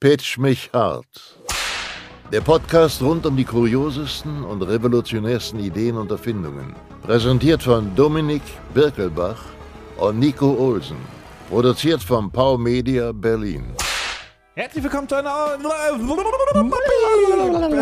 Pitch mich hart. Der Podcast rund um die kuriosesten und revolutionärsten Ideen und Erfindungen. Präsentiert von Dominik Birkelbach und Nico Olsen. Produziert von Pau Media Berlin. Herzlich willkommen zu einer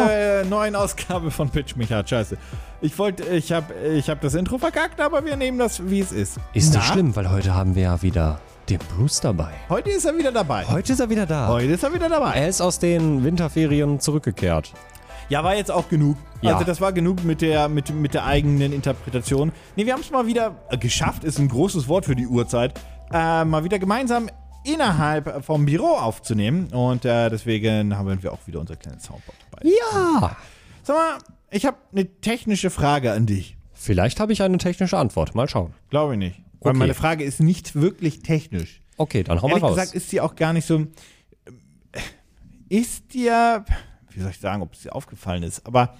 äh, neuen Ausgabe von Pitch Mich hart. Scheiße. Ich wollte, ich habe ich hab das Intro verkackt, aber wir nehmen das, wie es ist. Ist Na? nicht schlimm, weil heute haben wir ja wieder den Bruce dabei. Heute ist er wieder dabei. Heute ist er wieder da. Heute ist er wieder dabei. Er ist aus den Winterferien zurückgekehrt. Ja, war jetzt auch genug. Ja. Also das war genug mit der, mit, mit der eigenen Interpretation. Nee, wir haben es mal wieder äh, geschafft, ist ein großes Wort für die Uhrzeit, äh, mal wieder gemeinsam innerhalb vom Büro aufzunehmen. Und äh, deswegen haben wir auch wieder unser kleines Soundboard dabei. Ja. Sag mal, ich habe eine technische Frage an dich. Vielleicht habe ich eine technische Antwort. Mal schauen. Glaube ich nicht. Weil Okay. meine Frage ist nicht wirklich technisch. Okay, dann hau mal Ehrlich raus. gesagt ist sie auch gar nicht so. ähm, Ist dir, wie soll ich sagen, ob es dir aufgefallen ist, aber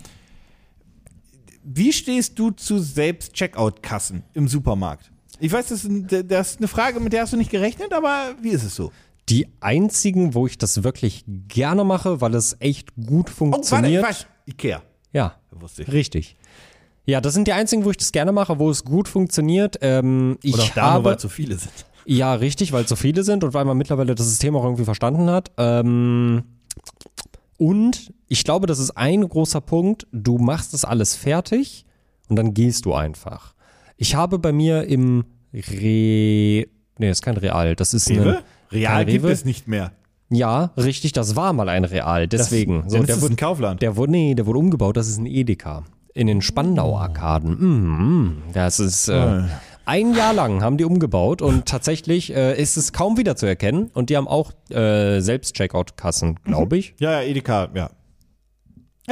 wie stehst du zu Selbst-Checkout-Kassen im Supermarkt? Ich weiß, das ist, ein- das ist eine Frage, mit der hast du nicht gerechnet, aber wie ist es so? Oh, Die einzigen, wo ich das wirklich gerne mache, weil es echt gut Oh, ich funktioniert. weiß. Ikea. ja, Wusste ich. richtig. Ja, das sind die einzigen, wo ich das gerne mache, wo es gut funktioniert. Ähm, ich Oder auch da, nur, habe weil zu viele sind. Ja, richtig, weil es so viele sind und weil man mittlerweile das System auch irgendwie verstanden hat. Ähm, und ich glaube, das ist ein großer Punkt. Du machst das alles fertig und dann gehst du einfach. Ich habe bei mir im Re. Nee, ist kein Real. Das ist Rewe? eine. Real kein gibt Rewe. es nicht mehr. Ja, richtig, das war mal ein Real. Deswegen. Das, so, so, der, ist es wurde, ein Kaufland. der wurde. Nee, der wurde umgebaut. Das ist ein Edeka. In den Spandau-Arkaden. Mm, mm. Das ist. Äh, ein Jahr lang haben die umgebaut und tatsächlich äh, ist es kaum wieder zu erkennen. Und die haben auch äh, Selbst-Checkout-Kassen, glaube ich. ja, ja, Edeka, ja.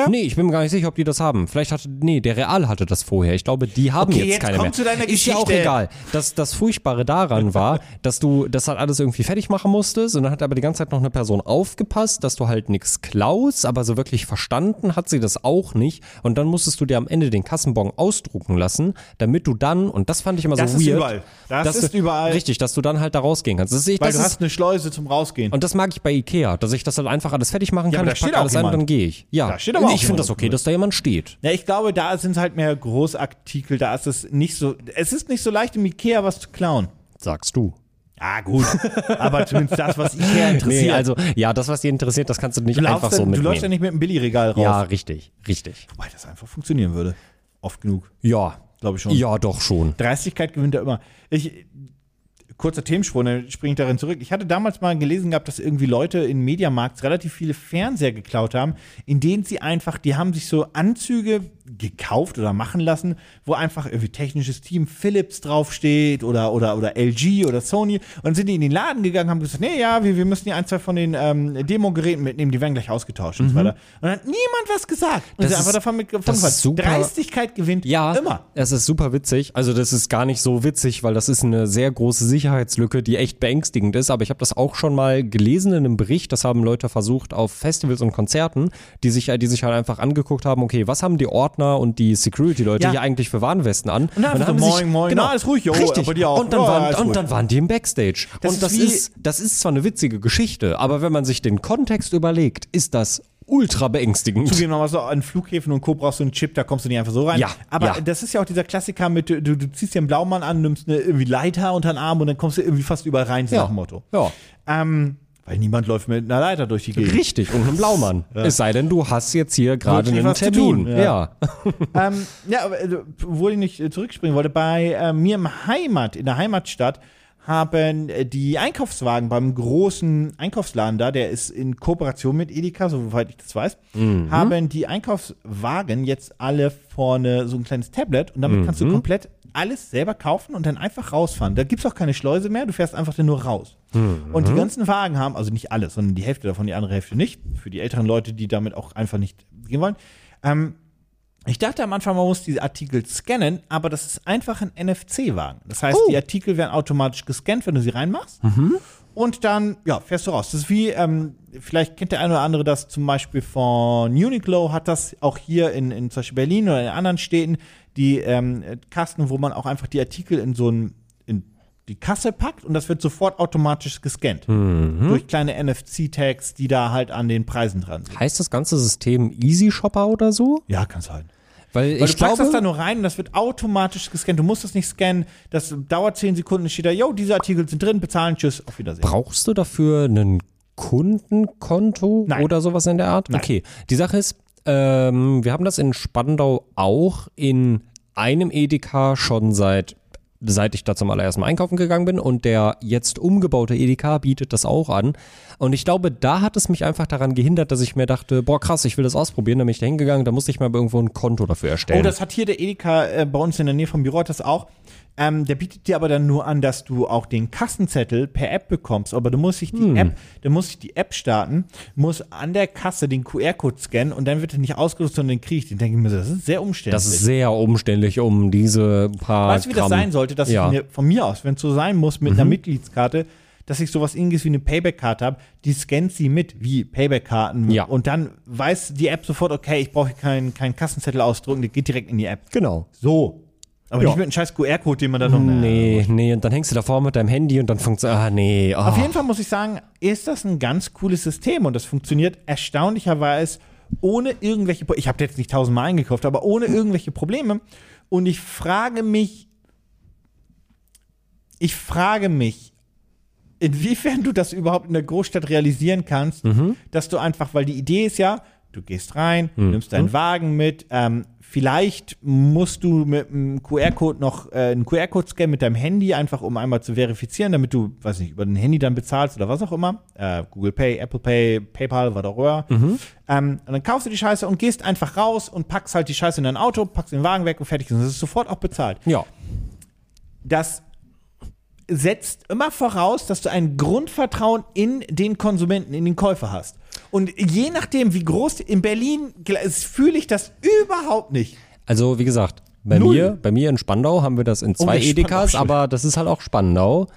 Nee, ich bin mir gar nicht sicher, ob die das haben. Vielleicht hatte, nee, der Real hatte das vorher. Ich glaube, die haben Okay, jetzt, jetzt keine komm mehr. zu deiner Ist ja auch Geschichte. egal. Das, das Furchtbare daran war, dass du das halt alles irgendwie fertig machen musstest und dann hat aber die ganze Zeit noch eine Person aufgepasst, dass du halt nichts klaust, aber so wirklich verstanden hat sie das auch nicht. Und dann musstest du dir am Ende den Kassenbon ausdrucken lassen, damit du dann, und das fand ich immer Das so ist weird. überall. Das dass ist du, überall. Richtig, dass du dann halt da rausgehen kannst. Das, ist- Weil das du ist, hast eine Schleuse zum Rausgehen. und das mag ich bei Ikea, dass ich das halt einfach alles fertig machen kann. aber da ich pack steht auch alles ein und jemand. dann gehe ich. Ja, Da steht aber auch ich finde das jemand. okay, dass da jemand steht. Ja, ich glaube, da sind halt mehr Großartikel, da ist es nicht so, es ist nicht so leicht im Ikea was zu klauen. Sagst du. Ah, gut. Aber zumindest das, was Ikea interessiert. Nee, also, ja, das, was dir interessiert, das kannst du nicht du, einfach laufst so dann, du läufst ja mitnehmen. nicht mit dem Billigregal raus. Ja, richtig, richtig. Wobei das einfach funktionieren würde. Oft genug. Ja. Glaub ich schon. Ja, doch schon. Dreistigkeit gewinnt ja immer. Ich, kurzer Themensprung, dann springe ich darin zurück. Ich hatte damals mal gelesen gehabt, dass irgendwie Leute in Mediamarkts relativ viele Fernseher geklaut haben, in denen sie einfach, die haben sich so Anzüge gekauft oder machen lassen, wo einfach irgendwie technisches Team Philips draufsteht oder, oder, oder LG oder Sony. Und dann sind die in den Laden gegangen, haben gesagt, nee, ja, wir, wir müssen hier ein, zwei von den ähm, Demo-Geräten mitnehmen, die werden gleich ausgetauscht und so weiter. Und dann hat niemand was gesagt. Und Mhm. Das sie ist- einfach davon mitgefunden. das ist super. Dreistigkeit gewinnt Ja, immer. es ist super witzig. Also das ist gar nicht so witzig, weil das ist eine sehr große Sicherheitslücke, die echt beängstigend ist. Aber ich habe das auch schon mal gelesen in einem Bericht. Das haben Leute versucht auf Festivals und Konzerten, die sich, die sich halt einfach angeguckt haben, okay, was haben die Ordner und die Security-Leute Ja. hier eigentlich für Warnwesten an? Und dann haben so, sie genau, moin, moin, na, alles ruhig, jo, richtig. aber die auch, Und dann, ja, waren, alles und ruhig. dann waren die im Backstage. Das und ist das wie- ist, das ist zwar eine witzige Geschichte, aber wenn man sich den Kontext überlegt, ist das ultra beängstigend. zugeben, aber so an Flughäfen und Co. brauchst du einen Chip, da kommst du nicht einfach so rein. Ja, aber ja. das ist ja auch dieser Klassiker mit, du, du ziehst dir einen Blaumann an, nimmst eine irgendwie Leiter unter den Arm und dann kommst du irgendwie fast überall rein, so nach dem Motto. Ja. Ähm, weil niemand läuft mit einer Leiter durch die Gegend. Richtig, und einem Blaumann. Es sei denn, du hast jetzt hier gerade Wirklich einen was zu Termin. tun, Ja. ähm, ja, aber, äh, wo ich nicht äh, zurückspringen wollte, bei äh, mir im Heimat, in der Heimatstadt, haben äh, die Einkaufswagen beim großen Einkaufsladen da, der ist in Kooperation mit Edeka, soweit ich das weiß, haben die Einkaufswagen jetzt alle vorne so ein kleines Tablet und damit kannst du komplett alles selber kaufen und dann einfach rausfahren. Da gibt's auch keine Schleuse mehr, du fährst einfach dann nur raus. Und die ganzen Wagen haben, also nicht alles, sondern die Hälfte davon, die andere Hälfte nicht, für die älteren Leute, die damit auch einfach nicht gehen wollen, ähm, ich dachte am Anfang, man muss diese Artikel scannen, aber das ist einfach ein NFC-Wagen. Das heißt, Oh. die Artikel werden automatisch gescannt, wenn du sie reinmachst. Und dann, ja, fährst du raus. Das ist wie, ähm, vielleicht kennt der eine oder andere das zum Beispiel von Uniqlo, hat das auch hier in, in zum Beispiel Berlin oder in anderen Städten, die ähm, Kasten, wo man auch einfach die Artikel in so einen in die Kasse packt und das wird sofort automatisch gescannt. Durch kleine NFC-Tags, die da halt an den Preisen dran sind. Heißt das ganze System Easy Shopper oder so? Ja, kann sein. Weil, Weil ich du packst glaube, das da nur rein und das wird automatisch gescannt. Du musst das nicht scannen. Das dauert 10 Sekunden. Es steht da, yo, diese Artikel sind drin, bezahlen, tschüss, auf Wiedersehen. brauchst du dafür ein Kundenkonto Nein. oder sowas in der Art? Okay, die Sache ist, ähm, wir haben das in Spandau auch in einem Edeka schon seit seit ich da zum allerersten Mal einkaufen gegangen bin und der jetzt umgebaute Edeka bietet das auch an. Und ich glaube, da hat es mich einfach daran gehindert, dass ich mir dachte, boah krass, ich will das ausprobieren, da bin ich da hingegangen, da musste ich mal irgendwo ein Konto dafür erstellen. Oh, das hat hier der Edeka äh, bei uns in der Nähe vom Büro hat das auch. Ähm, der bietet dir aber dann nur an, dass du auch den Kassenzettel per App bekommst. Aber du musst dich die Hm. App, dann muss ich die App starten, muss an der Kasse den QR-Code scannen und dann wird er nicht ausgedruckt, sondern den kriege ich. Den denke ich mir, so, das ist sehr umständlich. das ist sehr umständlich, um diese paar weißt du, wie das Gramm- sein sollte, dass ja. Mhm. ich mir, von mir aus, wenn es so sein muss, mit einer Mitgliedskarte, dass ich sowas ähnliches wie eine Payback-Karte habe, die scannt sie mit, wie Payback-Karten. Ja. Und dann weiß die App sofort, okay, ich brauche keinen keinen Kassenzettel ausdrucken, der geht direkt in die App. Genau. So. Aber Ja. Mhm. nicht mit einem scheiß QR-Code, den man da noch. Nee, nee, und dann hängst du davor mit deinem Handy und dann funktioniert. Ah, nee. ah. Auf jeden Fall muss ich sagen, ist das ein ganz cooles System und das funktioniert erstaunlicherweise ohne irgendwelche. Pro- Ich habe jetzt nicht tausendmal eingekauft, aber ohne irgendwelche Probleme. Und ich frage mich, ich frage mich, inwiefern du das überhaupt in der Großstadt realisieren kannst, dass du einfach, weil die Idee ist ja, du gehst rein, nimmst deinen Wagen mit, ähm, vielleicht musst du mit einem QR-Code noch äh, einen QR-Code scannen mit deinem Handy, einfach um einmal zu verifizieren, damit du, weiß nicht, über dein Handy dann bezahlst oder was auch immer, äh, Google Pay, Apple Pay, PayPal, was auch immer. Ähm, und dann kaufst du die Scheiße und gehst einfach raus und packst halt die Scheiße in dein Auto, packst den Wagen weg und fertig ist. Und das ist sofort auch bezahlt Ja. das setzt immer voraus, dass du ein Grundvertrauen in den Konsumenten, in den Käufer hast. Und je nachdem, wie groß in Berlin gl- es fühle ich das überhaupt nicht. Also, wie gesagt, bei Null. mir, bei mir in Spandau haben wir das in zwei das ist Edekas, Spandau, aber das ist halt auch Spandau.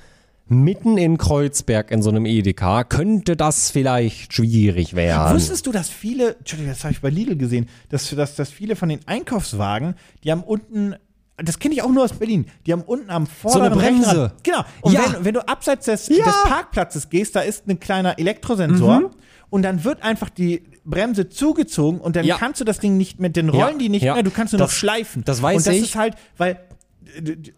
Mitten in Kreuzberg in so einem Edeka könnte das vielleicht schwierig werden. Wusstest du, dass viele, Entschuldigung, das habe ich bei Lidl gesehen, dass, dass, dass viele von den Einkaufswagen, die haben unten, das kenne ich auch nur aus Berlin, die haben unten am vorderen eine Bremse. Rechner. Genau. Und Ja. wenn, wenn du abseits des, des Parkplatzes gehst, da ist ein kleiner Elektrosensor. Mhm. Und dann wird einfach die Bremse zugezogen und dann Ja. kannst du das Ding nicht mit, dann rollen Ja. die nicht Ja. mehr, du kannst nur noch Das- schleifen. das weiß Und das ich. Mhm. ist halt, weil, äh, d- d-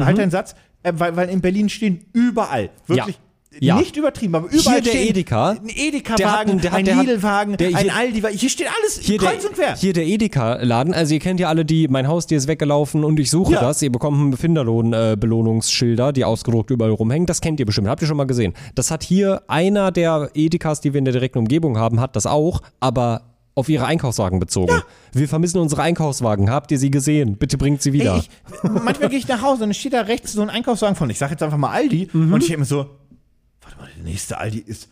halt deinen Satz, äh, weil, weil in Berlin stehen überall, wirklich, Ja. nicht übertrieben, aber überall der stehen Edeka, ein Edeka der hat einen- Wagen, der hat- ein der hat- Lidl-Wagen, der ein hier- Aldi-Wagen. Hier steht alles hier kreuz und der, quer. hier der Edeka-Laden, also ihr kennt ja alle die, mein Haustier ist weggelaufen und ich suche Ja. das. Ihr bekommt einen Befinderlohn-Belohnungsschilder, die ausgedruckt überall rumhängen. Das kennt ihr bestimmt, habt ihr schon mal gesehen. Das hat hier einer der Edekas, die wir in der direkten Umgebung haben, hat das auch, aber auf ihre Einkaufswagen bezogen. Wir vermissen unsere Einkaufswagen. Habt ihr sie gesehen? Bitte bringt sie wieder. Ey, ich, manchmal gehe ich nach Hause und dann steht da rechts so ein Einkaufswagen von, ich sage jetzt einfach mal Aldi, Mhm. und ich denke mir so, warte mal, der nächste Aldi ist,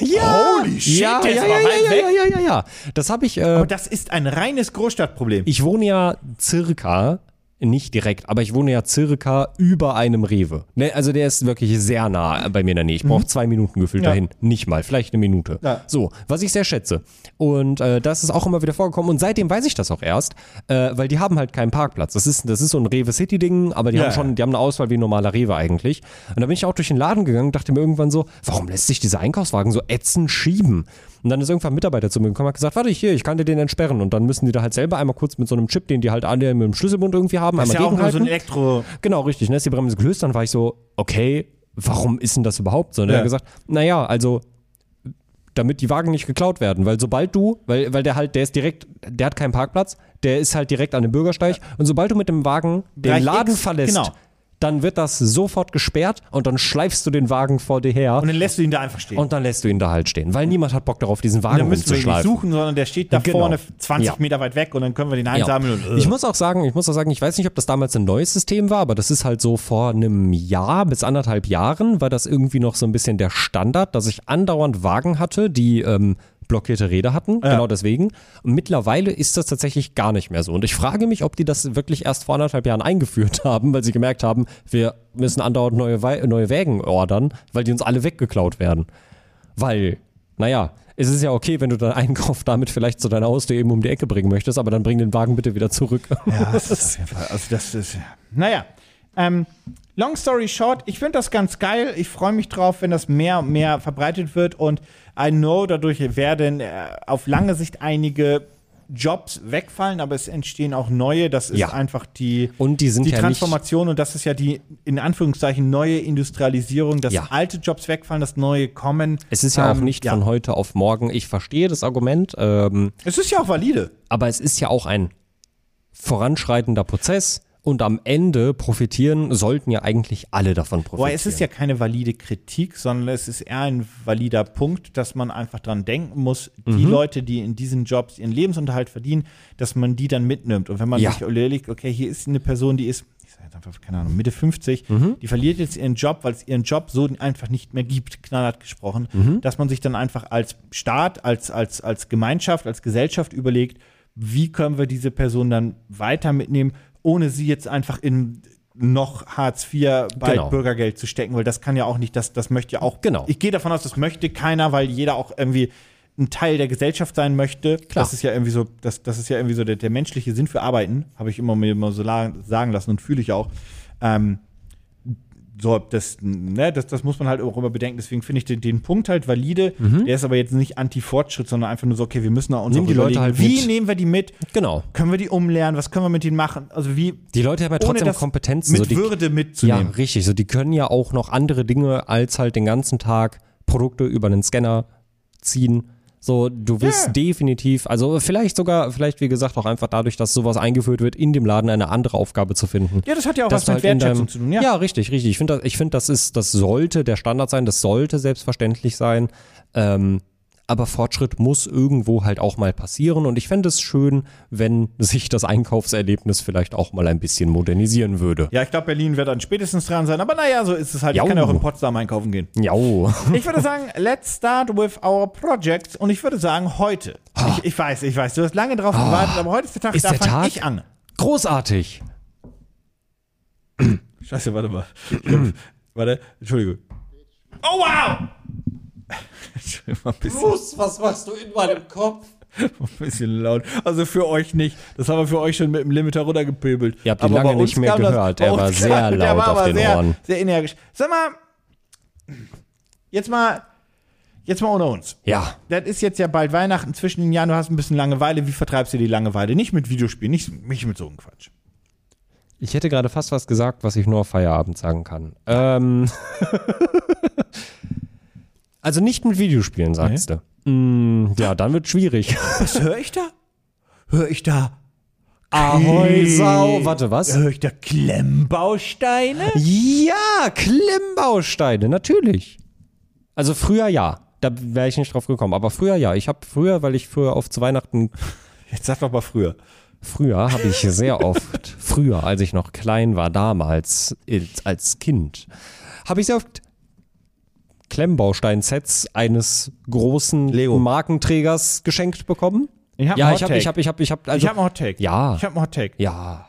ja, Holy shit, ja, der ist ja, aber ja, weit ja, weg. ja, ja, ja, ja. Das habe ich. Äh, aber das ist ein reines Großstadtproblem. ich wohne ja circa, nicht direkt, aber ich wohne ja circa über einem Rewe. Ne, also der ist wirklich sehr nah bei mir in der Nähe. Ich brauche zwei Minuten gefühlt Mhm. Ja. dahin. Nicht mal, vielleicht eine Minute. Ja. So, was ich sehr schätze. Und äh, das ist auch immer wieder vorgekommen. Und seitdem weiß ich das auch erst, äh, weil die haben halt keinen Parkplatz. Das ist, das ist so ein Rewe City-Ding, aber die Ja, haben schon, ja. die haben eine Auswahl wie ein normaler Rewe eigentlich. Und da bin ich auch durch den Laden gegangen und dachte mir irgendwann so, warum lässt sich dieser Einkaufswagen so ätzend schieben? Und dann ist irgendwann ein Mitarbeiter zu mir gekommen und hat gesagt, warte ich hier, ich kann dir den entsperren. Und dann müssen die da halt selber einmal kurz mit so einem Chip, den die halt alle mit dem Schlüsselbund irgendwie haben, das ist einmal ja auch nur so ein gegenhalten. Elektro. Genau, richtig. Ne? Ist die Bremse gelöst, dann war ich so, okay, warum ist denn das überhaupt so? Und Ja. er hat gesagt, naja, also damit die Wagen nicht geklaut werden, weil sobald du, weil, weil der halt, der ist direkt, der hat keinen Parkplatz, der ist halt direkt an dem Bürgersteig und sobald du mit dem Wagen den Bereich Laden X, verlässt, genau. dann wird das sofort gesperrt und dann schleifst du den Wagen vor dir her Und und, dann lässt du ihn da einfach stehen. dann lässt du ihn da halt stehen, weil niemand hat Bock darauf, diesen Wagen dann müssen wir ihn nicht rumzuschleifen. suchen, sondern der steht da Genau. vorne 20 Ja. Meter weit weg und dann können wir den Ja. einsammeln. Und, äh. ich muss auch sagen, ich muss auch sagen, ich weiß nicht, ob das damals ein neues System war, aber das ist halt so vor einem Jahr bis anderthalb Jahren war das irgendwie noch so ein bisschen der Standard, dass ich andauernd Wagen hatte, die ähm, blockierte Räder hatten, genau deswegen. Und mittlerweile ist das tatsächlich gar nicht mehr so. Und ich frage mich, ob die das wirklich erst vor anderthalb Jahren eingeführt haben, weil sie gemerkt haben, wir müssen andauernd neue, Wei- neue Wägen ordern, weil die uns alle weggeklaut werden. Weil, naja, es ist ja okay, wenn du deinen Einkauf damit vielleicht zu deiner Haustür eben um die Ecke bringen möchtest, aber dann bring den Wagen bitte wieder zurück. ja, das ist auf jeden Fall, also das ist, naja. Ähm, long story short, ich finde das ganz geil. Ich freue mich drauf, wenn das mehr und mehr verbreitet wird. Und I know, dadurch werden äh, auf lange Sicht einige Jobs wegfallen, aber es entstehen auch neue. Das ist Ja. einfach die, Und die sind die ja Transformation und das ist ja die, in Anführungszeichen, neue Industrialisierung, dass Ja. alte Jobs wegfallen, dass neue kommen. nicht. Es ist ja auch Ähm, nicht von heute auf morgen. Ich verstehe das Argument, ähm, Es ist ja auch valide. aber es ist ja auch ein voranschreitender Prozess und am Ende profitieren sollten ja eigentlich alle davon profitieren. Wobei es ist ja keine valide Kritik, sondern es ist eher ein valider Punkt, dass man einfach dran denken muss, die Mhm. Leute, die in diesen Jobs ihren Lebensunterhalt verdienen, dass man die dann mitnimmt. Und wenn man Ja. sich überlegt, okay, hier ist eine Person, die ist, ich sag jetzt einfach, keine Ahnung, Mitte 50, Mhm. die verliert jetzt ihren Job, weil es ihren Job so einfach nicht mehr gibt, knallhart gesprochen, Mhm. dass man sich dann einfach als Staat, als, als, als Gemeinschaft, als Gesellschaft überlegt, wie können wir diese Person dann weiter mitnehmen, ohne sie jetzt einfach in noch Hartz IV bei Genau. Bürgergeld zu stecken, weil das kann ja auch nicht, das, das möchte ja auch. Genau. Ich gehe davon aus, das möchte keiner, weil jeder auch irgendwie ein Teil der Gesellschaft sein möchte. Klar. Das ist ja irgendwie so, das, das ist ja irgendwie so der, der menschliche Sinn für Arbeiten, habe ich immer mir immer so la- sagen lassen und fühle ich auch. Ähm, so, das, ne, das, das muss man halt auch immer bedenken. Deswegen finde ich den, den Punkt halt valide. Der ist aber jetzt nicht anti-Fortschritt, sondern einfach nur so, okay, wir müssen auch uns Mhm. Nehmen auch die Leute überlegen, halt wie mit. nehmen wir die mit? Genau. Können wir die umlernen? Was können wir mit denen machen? Also wie Die Leute haben ja ohne trotzdem das Kompetenzen. mit so die, Würde ja, mitzunehmen? richtig. So, die können ja auch noch andere Dinge als halt den ganzen Tag Produkte über einen Scanner ziehen. So, du wirst Ja. definitiv, also vielleicht sogar, vielleicht wie gesagt auch einfach dadurch, dass sowas eingeführt wird, in dem Laden eine andere Aufgabe zu finden. Ja, das hat ja auch Dass was du mit halt in Wertschätzung deinem- zu tun. Ja, richtig, richtig. Ich finde, das, ich finde, das ist, das sollte der Standard sein, das sollte selbstverständlich sein. Ähm, aber Fortschritt muss irgendwo halt auch mal passieren. Und ich fände es schön, wenn sich das Einkaufserlebnis vielleicht auch mal ein bisschen modernisieren würde. ja ich glaube, Berlin wird dann spätestens dran sein. Aber naja, so ist es halt. Ich Jau. kann ja auch in Potsdam einkaufen gehen. Jau. Ich würde sagen, let's start with our projects. Und ich würde sagen, heute. Ich, ich weiß, ich weiß, du hast lange drauf gewartet, aber heute ist der Tag, Ah. Ist da der fange Tag? ich an. Großartig. Scheiße, warte mal. warte, Entschuldigung. Oh, wow! Entschuldigung, war ein bisschen, Los, was machst du in meinem Kopf? war ein bisschen laut. Also für euch nicht. Das haben wir für euch schon mit dem Limiter runtergepöbelt. Ihr habt ihn Aber lange bei uns nicht mehr kam das- gehört. bei Er uns war kam- sehr der laut war auf aber den sehr, Ohren. Sehr energisch. Sag mal, jetzt mal, jetzt mal ohne uns. Ja. Das ist jetzt ja bald Weihnachten zwischen den Jahren, du hast ein bisschen Langeweile. Wie vertreibst du die Langeweile? Nicht mit Videospielen, nicht, nicht mit so einem Quatsch. Ich hätte gerade fast was gesagt, was ich nur auf Feierabend sagen kann. Ähm also nicht mit Videospielen, sagst du. Mm, ja, dann wird schwierig. Was höre ich da? Höre ich da? Ahoi, Sau. Warte, was? Höre ich da Klemmbausteine? Ja, Klemmbausteine, natürlich. Also früher ja. Da wäre ich nicht drauf gekommen. Aber früher ja. Ich habe früher, weil ich früher oft zu Weihnachten Jetzt sag doch mal früher. Früher habe ich sehr oft, früher, als ich noch klein war, damals, als- als Kind, habe ich sehr oft Klemmbausteinsets eines großen Lego. Markenträgers geschenkt bekommen. Ich hab ja, einen ich habe, Hot-Take. ich habe, ich habe, ich habe, also, Ich habe einen Hottake. Ja. Ich habe einen Hottake. ja,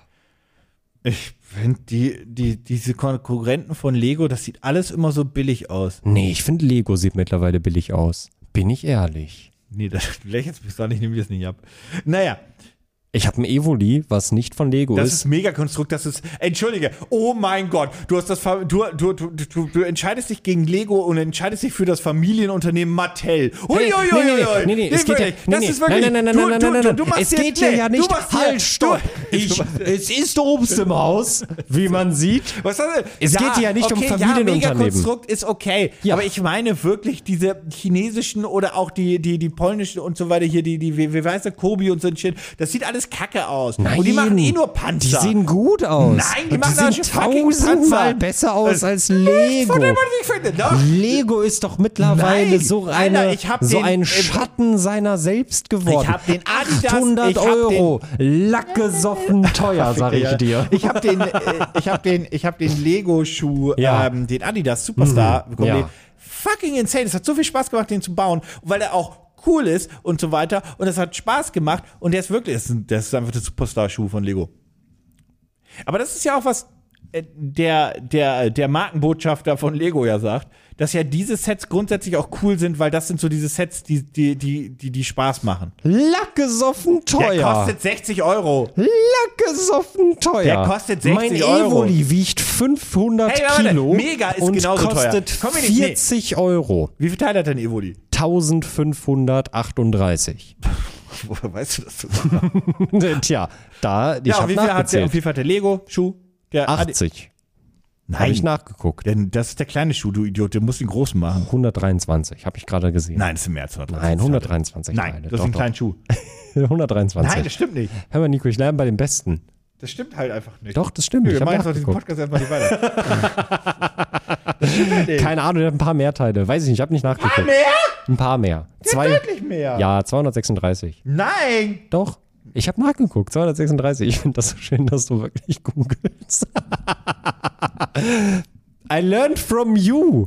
Ich finde die, die, diese Konkurrenten von Lego, das sieht alles immer so billig aus. nee, ich finde Lego sieht mittlerweile billig aus. Bin ich ehrlich? Nee, das lächelst mich an, ich nehme das nicht ab. Naja, Ich habe ein Evoli, was nicht von Lego das ist. ist Megakonstrukt, das ist. Entschuldige, oh mein Gott, du hast das Fa- du, du, du, du, du entscheidest dich gegen Lego und entscheidest dich für das Familienunternehmen Mattel. Nee, Huiuiuiui, nee, nee, nee, nee, es geht ja, wirklich, nee, das nee, ist wirklich. nein, nein, nein, du, nein, nein, du, nein, du, nein, du machst es jetzt- geht hier nee, ja du nicht, machst hier- halt, stopp, du- ich, es ist Obst im Haus, wie man sieht. Was ist das? Es geht hier ja nicht um Familienunternehmen. Ja, Megakonstrukt ist okay. Ja. Aber ich meine wirklich diese chinesischen oder auch die, die, die polnischen und so weiter hier, die, die, wie, wie weiß der, Kobi und so ein Shit. Das sieht alles kacke aus. und die machen eh nur Die Panzer. sehen gut aus. Nein, die Und machen die einen sehen fucking tausendmal Panzer. besser aus Äh, als Von dem Lego. man nicht findet. Doch. Lego ist doch mittlerweile Nein, so, Alter, eine, ich hab so den- ein äh, Schatten seiner selbst geworden. hab den Adidas, ich 800 hab Euro, lackgesoffen teuer, sag ich dir. Ich habe den, äh, ich habe den, ich habe den Lego Schuh, Ja. Mhm. ähm, den Adidas Superstar bekommen. ja. Den fucking insane. Es hat so viel Spaß gemacht, den zu bauen, weil er auch cool ist und so weiter. Und es hat Spaß gemacht. Und der ist wirklich, das ist, ein- das ist einfach der Superstar Schuh von Lego. Aber das ist ja auch was. äh, der, der, der Markenbotschafter von Lego ja sagt, dass ja diese Sets grundsätzlich auch cool sind, weil das sind so diese Sets, die, die, die, die, die Spaß machen. Lackgesoffen teuer. Der kostet 60 Euro. Lackgesoffen teuer. Der kostet 60 mein Euro. Evoli wiegt 500 Hey, warte, Kilo Mega ist und genauso teuer. kostet Komm mir nicht- nee. 40 Euro. Wie viel Teil hat denn Evoli? 1538. Woher weißt du das? so? Tja, da, ich Ja, und habe wie viel, hat der, und wie nachgezählt. viel hat der Lego? Schuh? Der 80. Habe ich nachgeguckt. Denn das ist der kleine Schuh, du Idiot. Du musst den großen machen. 123, habe ich gerade gesehen. Nein, das sind mehr als 130. Nein, 123 Nein, Teile. das ist Doch, ein doch. kleiner Schuh. 123. Nein, das stimmt nicht. Hör mal, Nico, ich lerne bei den Besten. Das stimmt halt einfach nicht. Doch, das stimmt. Nö, ich wir habe machen jetzt auch diesen nachgeguckt. Podcast erstmal nicht weiter. das stimmt halt nicht. Keine Ahnung, der hat ein paar mehr Teile. Weiß ich nicht, ich habe nicht nachgeguckt. mehr? Ein paar mehr. Zwei, Deutlich mehr. ja, 236. Nein! Doch. Ich habe nachgeguckt, 236. Ich finde das so schön, dass du wirklich googelst. I learned from you.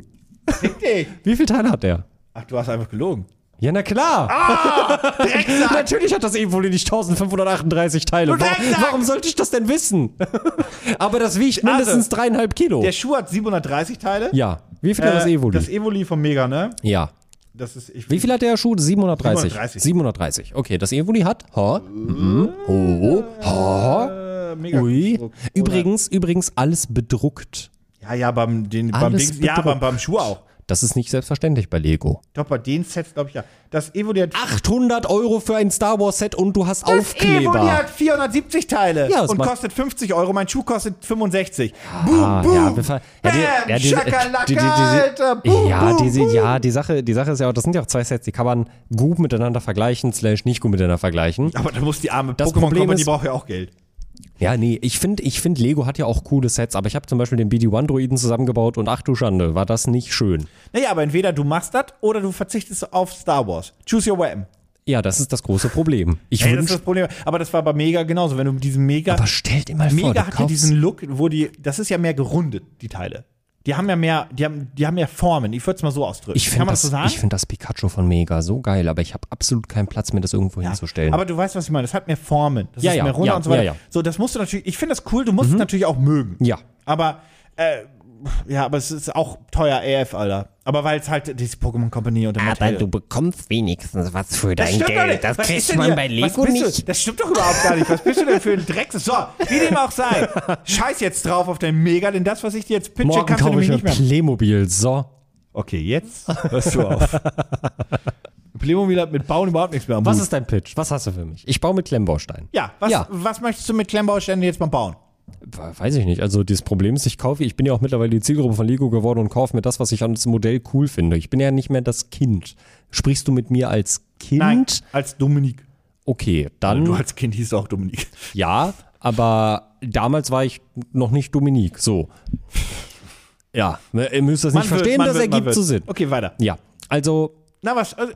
Fick dich! Wie viel Teile hat der? Ach, du hast einfach gelogen. Ja, na klar. Ah! Natürlich hat das Evoli nicht 1538 Teile. Du Warum, Drecksack! warum sollte ich das denn wissen? Aber das wiegt mindestens dreieinhalb Kilo. Also, Der Schuh hat 730 Teile. Ja. Wie viel hat das Äh, Evoli? Das Evoli vom Mega, ne? ja. Das ist, ich, Wie viel hat der Schuh? 730. 730. 730. Okay, das Evoli hat. Ha. Mhm. Ho. Ha. Äh, Mega. Ui. Druck, oder? Übrigens, übrigens alles bedruckt. Ja, ja, beim, den, beim, Alles Dings, ja, bedruckt. beim, beim Schuh auch. Das ist nicht selbstverständlich bei Lego. Doch, bei den Sets, glaube ich, ja. Das Evoli hat, 800 Euro für ein Star Wars Set und du hast das Evoli Aufkleber. hat 470 Teile Ja, das und macht- kostet 50 Euro. Mein Schuh kostet 65. Ah, ja, wir ver- ja, die- ja, diese- Schakalaka, die- die- Alter, diese- boom, ja, boom, diese- ja, die Sache, die Sache ist ja auch, das sind ja auch zwei Sets, die kann man gut miteinander vergleichen, slash nicht gut miteinander vergleichen. Aber da muss die arme Das Pokémon Problem kommen, die ist- braucht ja auch Geld. Ja, nee, ich finde, ich find, Lego hat ja auch coole Sets, aber ich habe zum Beispiel den BD-1-Droiden zusammengebaut und ach du Schande, war das nicht schön. Naja, aber entweder du machst das oder du verzichtest auf Star Wars. Choose your weapon. Ja, das ist das große Problem. Ich Ey, das ist wünsche, das Problem. Aber das war bei Mega genauso. Wenn du mit diesem Mega. aber stell dir mal vor, Mega du hat ja kaufst, diesen Look, wo die. Das ist ja mehr gerundet, die Teile. Die haben ja mehr, die haben, die haben mehr Formen. Ich würde es mal so ausdrücken. ich Kann finde man das, so sagen? ich find das Pikachu von Mega so geil, aber ich habe absolut keinen Platz, mir das irgendwo hinzustellen. Aber du weißt, was ich meine. Das hat mehr Formen. Das Ja, ist ja, mehr runter ja, und so weiter. ja, Mhm. ja. So, das musst du natürlich. Ich finde das cool. Du musst es natürlich auch mögen. Ja. Aber, äh, ja, aber es ist auch teuer AF, Alter. Aber weil es halt diese Pokémon Company und der Aber Mattel- du bekommst wenigstens was für Das dein stimmt doch Geld. nicht. Das Was ist kriegt denn man hier? bei Was Lego bist du? nicht. Das stimmt doch überhaupt gar nicht. Was bist du denn für ein Drecksau? So, wie dem auch sei. Scheiß jetzt drauf auf dein Mega, denn das, was ich dir jetzt pitche, Morgen kannst du kaufe ich nämlich mir nicht mehr. Playmobil, so. Okay, jetzt hörst du auf. Playmobil hat mit Bauen überhaupt nichts mehr am Was Hut. ist dein Pitch? Was hast du für mich? Ich baue mit Klemmbaustein. Ja, was, Ja. was möchtest du mit Klemmbausteinen jetzt mal bauen? Weiß ich nicht. Also das Problem ist, ich kaufe, ich bin ja auch mittlerweile die Zielgruppe von Lego geworden und kaufe mir das, was ich an das Modell cool finde. Ich bin ja nicht mehr das Kind. Sprichst du mit mir als Kind? als Dominik. Also Okay, dann Du als Kind hieß auch Dominik. ja, aber damals war ich noch nicht Dominik. So. Ja, ne, ihr müsst das nicht verstehen, das ergibt so Sinn. Okay, weiter. Ja, also, Na was, also,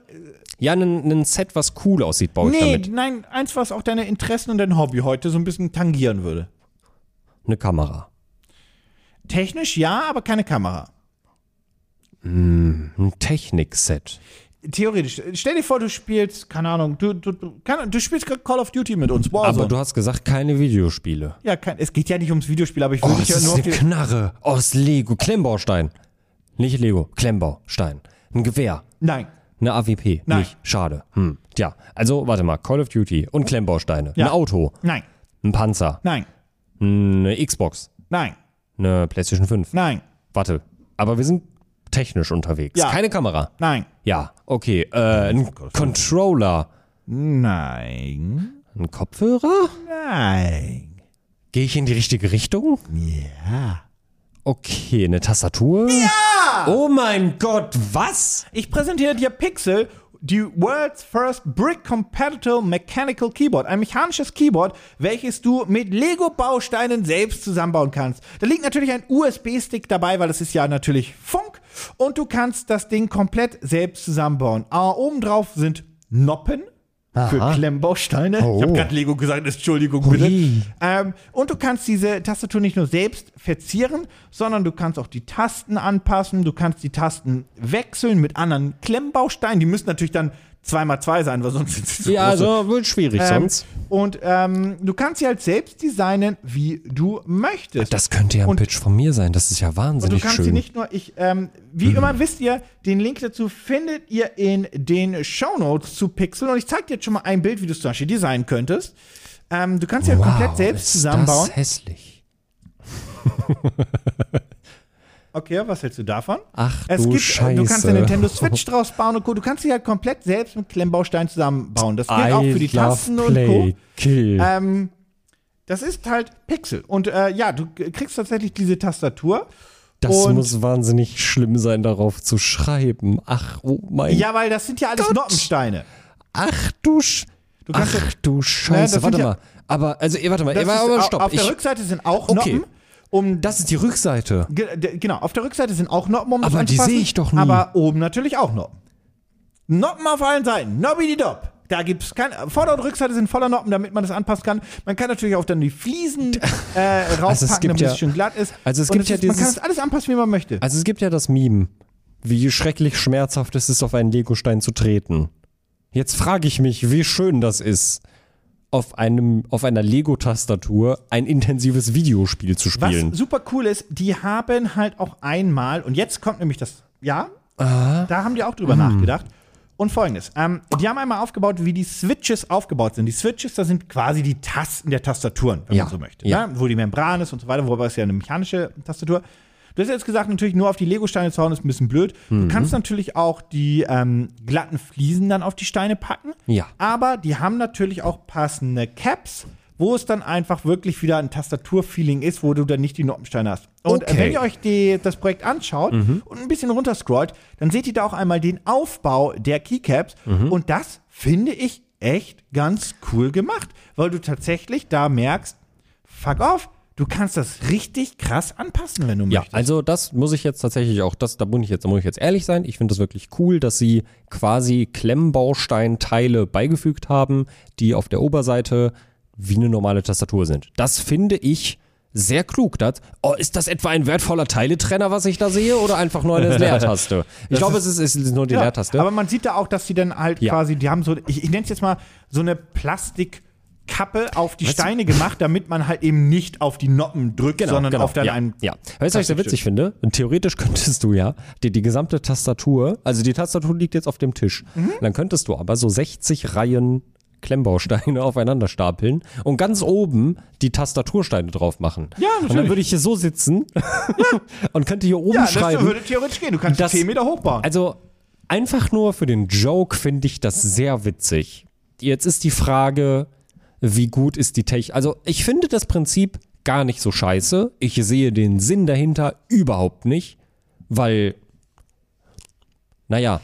ja, ein Set, was cool aussieht, baue ich nee, damit. nein, eins, was auch deine Interessen und dein Hobby heute so ein bisschen tangieren würde. Eine Kamera. Technisch ja, aber keine Kamera. Ein Technikset. Theoretisch. Stell dir vor, du spielst, keine Ahnung, du, du, du, keine, du spielst gerade Call of Duty mit uns. Warzone. Aber du hast gesagt, keine Videospiele. ja, kein, es geht ja nicht ums Videospiel, aber ich Oh, würde dich ja das ist nur auf eine die, Knarre aus Lego. Klemmbaustein. Nicht Lego, Klemmbaustein. Ein Gewehr. Nein. Eine AWP. Nein. Nicht. Schade. Hm. Tja, also warte mal. Call of Duty und Klemmbausteine. Ja. Ein Auto. Nein. Ein Panzer. Nein. Eine Xbox. Nein. Eine PlayStation 5. Nein. Warte. Aber wir sind technisch unterwegs. Ja. Keine Kamera. Nein. Ja, okay. Äh, ein Controller. Nein. Ein Kopfhörer? Nein. Gehe ich in die richtige Richtung? Ja. Okay, eine Tastatur? Ja! Oh mein Gott, was? Ich präsentiere dir Pixel, die World's First Brick Compatible Mechanical Keyboard. Ein mechanisches Keyboard, welches du mit Lego-Bausteinen selbst zusammenbauen kannst. Da liegt natürlich ein USB-Stick dabei, weil das ist ja natürlich Funk. Und du kannst das Ding komplett selbst zusammenbauen. Ah, obendrauf sind Noppen. Für Klemmbausteine. Ich habe gerade Lego gesagt, Entschuldigung bitte. Ähm, und du kannst diese Tastatur nicht nur selbst verzieren, sondern du kannst auch die Tasten anpassen, du kannst die Tasten wechseln mit anderen Klemmbausteinen. Die müssen natürlich dann 2x2 sein, weil sonst sind sie zu Ja, groß. also wird schwierig Ähm, sonst. Und ähm, du kannst sie halt selbst designen, wie du möchtest. Das könnte ja ein und- Pitch von mir sein. Das ist ja und du wahnsinnig kannst schön. Mhm. sie nicht nur, ich, ähm, wie immer wisst ihr, den Link dazu findet ihr in den Shownotes zu Pixel. Und ich zeig dir jetzt schon mal ein Bild, wie du es zum Beispiel designen könntest. Ähm, du kannst sie ja komplett selbst ist zusammenbauen. Das hässlich. Okay, was hältst du davon? Ach Es du gibt, äh, Scheiße. du kannst eine Nintendo Switch draus bauen und Co. Du kannst sie halt komplett selbst mit Klemmbausteinen zusammenbauen. Das gilt auch für die I love Tasten Play, und Co. Kill. Ähm, das ist halt Pixel. Und äh, ja, du k- kriegst tatsächlich diese Tastatur. das und- muss wahnsinnig schlimm sein, darauf zu schreiben. Ach, oh mein Ja, weil das sind ja alles Gott. Noppensteine. Ach du, Sch kannst Ach du das Scheiße, sind warte ja- mal. Aber, also, ey, warte mal, Das ey, aber, ist, aber au- stopp. Auf der ich, Rückseite sind auch Okay. Noppen. Um, das ist die Rückseite. ge- de- genau, auf der Rückseite sind auch Noppen, um das Aber die anzupassen. sehe ich doch nie. Aber oben natürlich auch Noppen. Noppen auf allen Seiten. Nobby die Dopp. Da gibt's kein. Vorder- und Rückseite sind voller Noppen, damit man das anpassen kann. Man kann natürlich auch dann die Fliesen äh, rauspacken, Also gibt damit ja- es schön glatt ist. also es Und gibt es ja ist, Man kann dieses- das alles anpassen, wie man möchte. Also, es gibt ja das Meme, wie schrecklich schmerzhaft es ist, auf einen Legostein zu treten. Jetzt frage ich mich, wie schön das ist, auf, einem, auf einer Lego-Tastatur ein intensives Videospiel zu Was spielen. super cool ist, die haben halt auch einmal, und jetzt kommt nämlich das, ja, da haben die auch Hm. drüber nachgedacht. Und folgendes, ähm, die haben einmal aufgebaut, wie die Switches aufgebaut sind. Die Switches, das sind quasi die Tasten der Tastaturen, wenn Ja, man so möchte. ja. Ne? Wo die Membran ist und so weiter, wobei es ja eine mechanische Tastatur. Du hast jetzt gesagt, natürlich nur auf die Lego-Steine zu hauen, ist ein bisschen blöd. Mhm. Du kannst natürlich auch die ähm, glatten Fliesen dann auf die Steine packen. Ja. Aber die haben natürlich auch passende Caps, wo es dann einfach wirklich wieder ein Tastaturfeeling ist, wo du dann nicht die Noppensteine hast. Und äh, Okay. wenn ihr euch die, das Projekt anschaut und ein bisschen runterscrollt, dann seht ihr da auch einmal den Aufbau der Keycaps. Und das finde ich echt ganz cool gemacht, weil du tatsächlich da merkst, fuck off, du kannst das richtig krass anpassen, wenn du Ja, möchtest. also das muss ich jetzt tatsächlich auch, das, da muss ich jetzt, da muss ich jetzt ehrlich sein. Ich finde das wirklich cool, dass sie quasi Klemmbausteinteile beigefügt haben, die auf der Oberseite wie eine normale Tastatur sind. Das finde ich sehr klug. Das, oh, ist das etwa ein wertvoller Teiletrenner, was ich da sehe, oder einfach nur eine Leertaste? Ich glaube, es ist, es ist nur die Leertaste. Aber man sieht da auch, dass sie dann halt Ja. quasi, die haben so, ich, ich nenne es jetzt mal so eine Plastikkappe auf die Steine gemacht, damit man halt eben nicht auf die Noppen drückt, sondern auf dann Genau, ja, einen. Ja. Weißt du, was ich sehr witzig finde? Theoretisch könntest du ja die, die gesamte Tastatur, also die Tastatur liegt jetzt auf dem Tisch. Mhm. Dann könntest du aber so 60 Reihen Klemmbausteine aufeinander stapeln und ganz oben die Tastatursteine drauf machen. Ja, Und dann natürlich. würde ich hier so sitzen und könnte hier oben Ja, das schreiben. würde theoretisch gehen. Du kannst Das- 10 Meter hochbauen. Also einfach nur für den Joke finde ich das sehr witzig. Jetzt ist die Frage, wie gut ist die Tech? Also ich finde das Prinzip gar nicht so scheiße. Ich sehe den Sinn dahinter überhaupt nicht, weil, naja,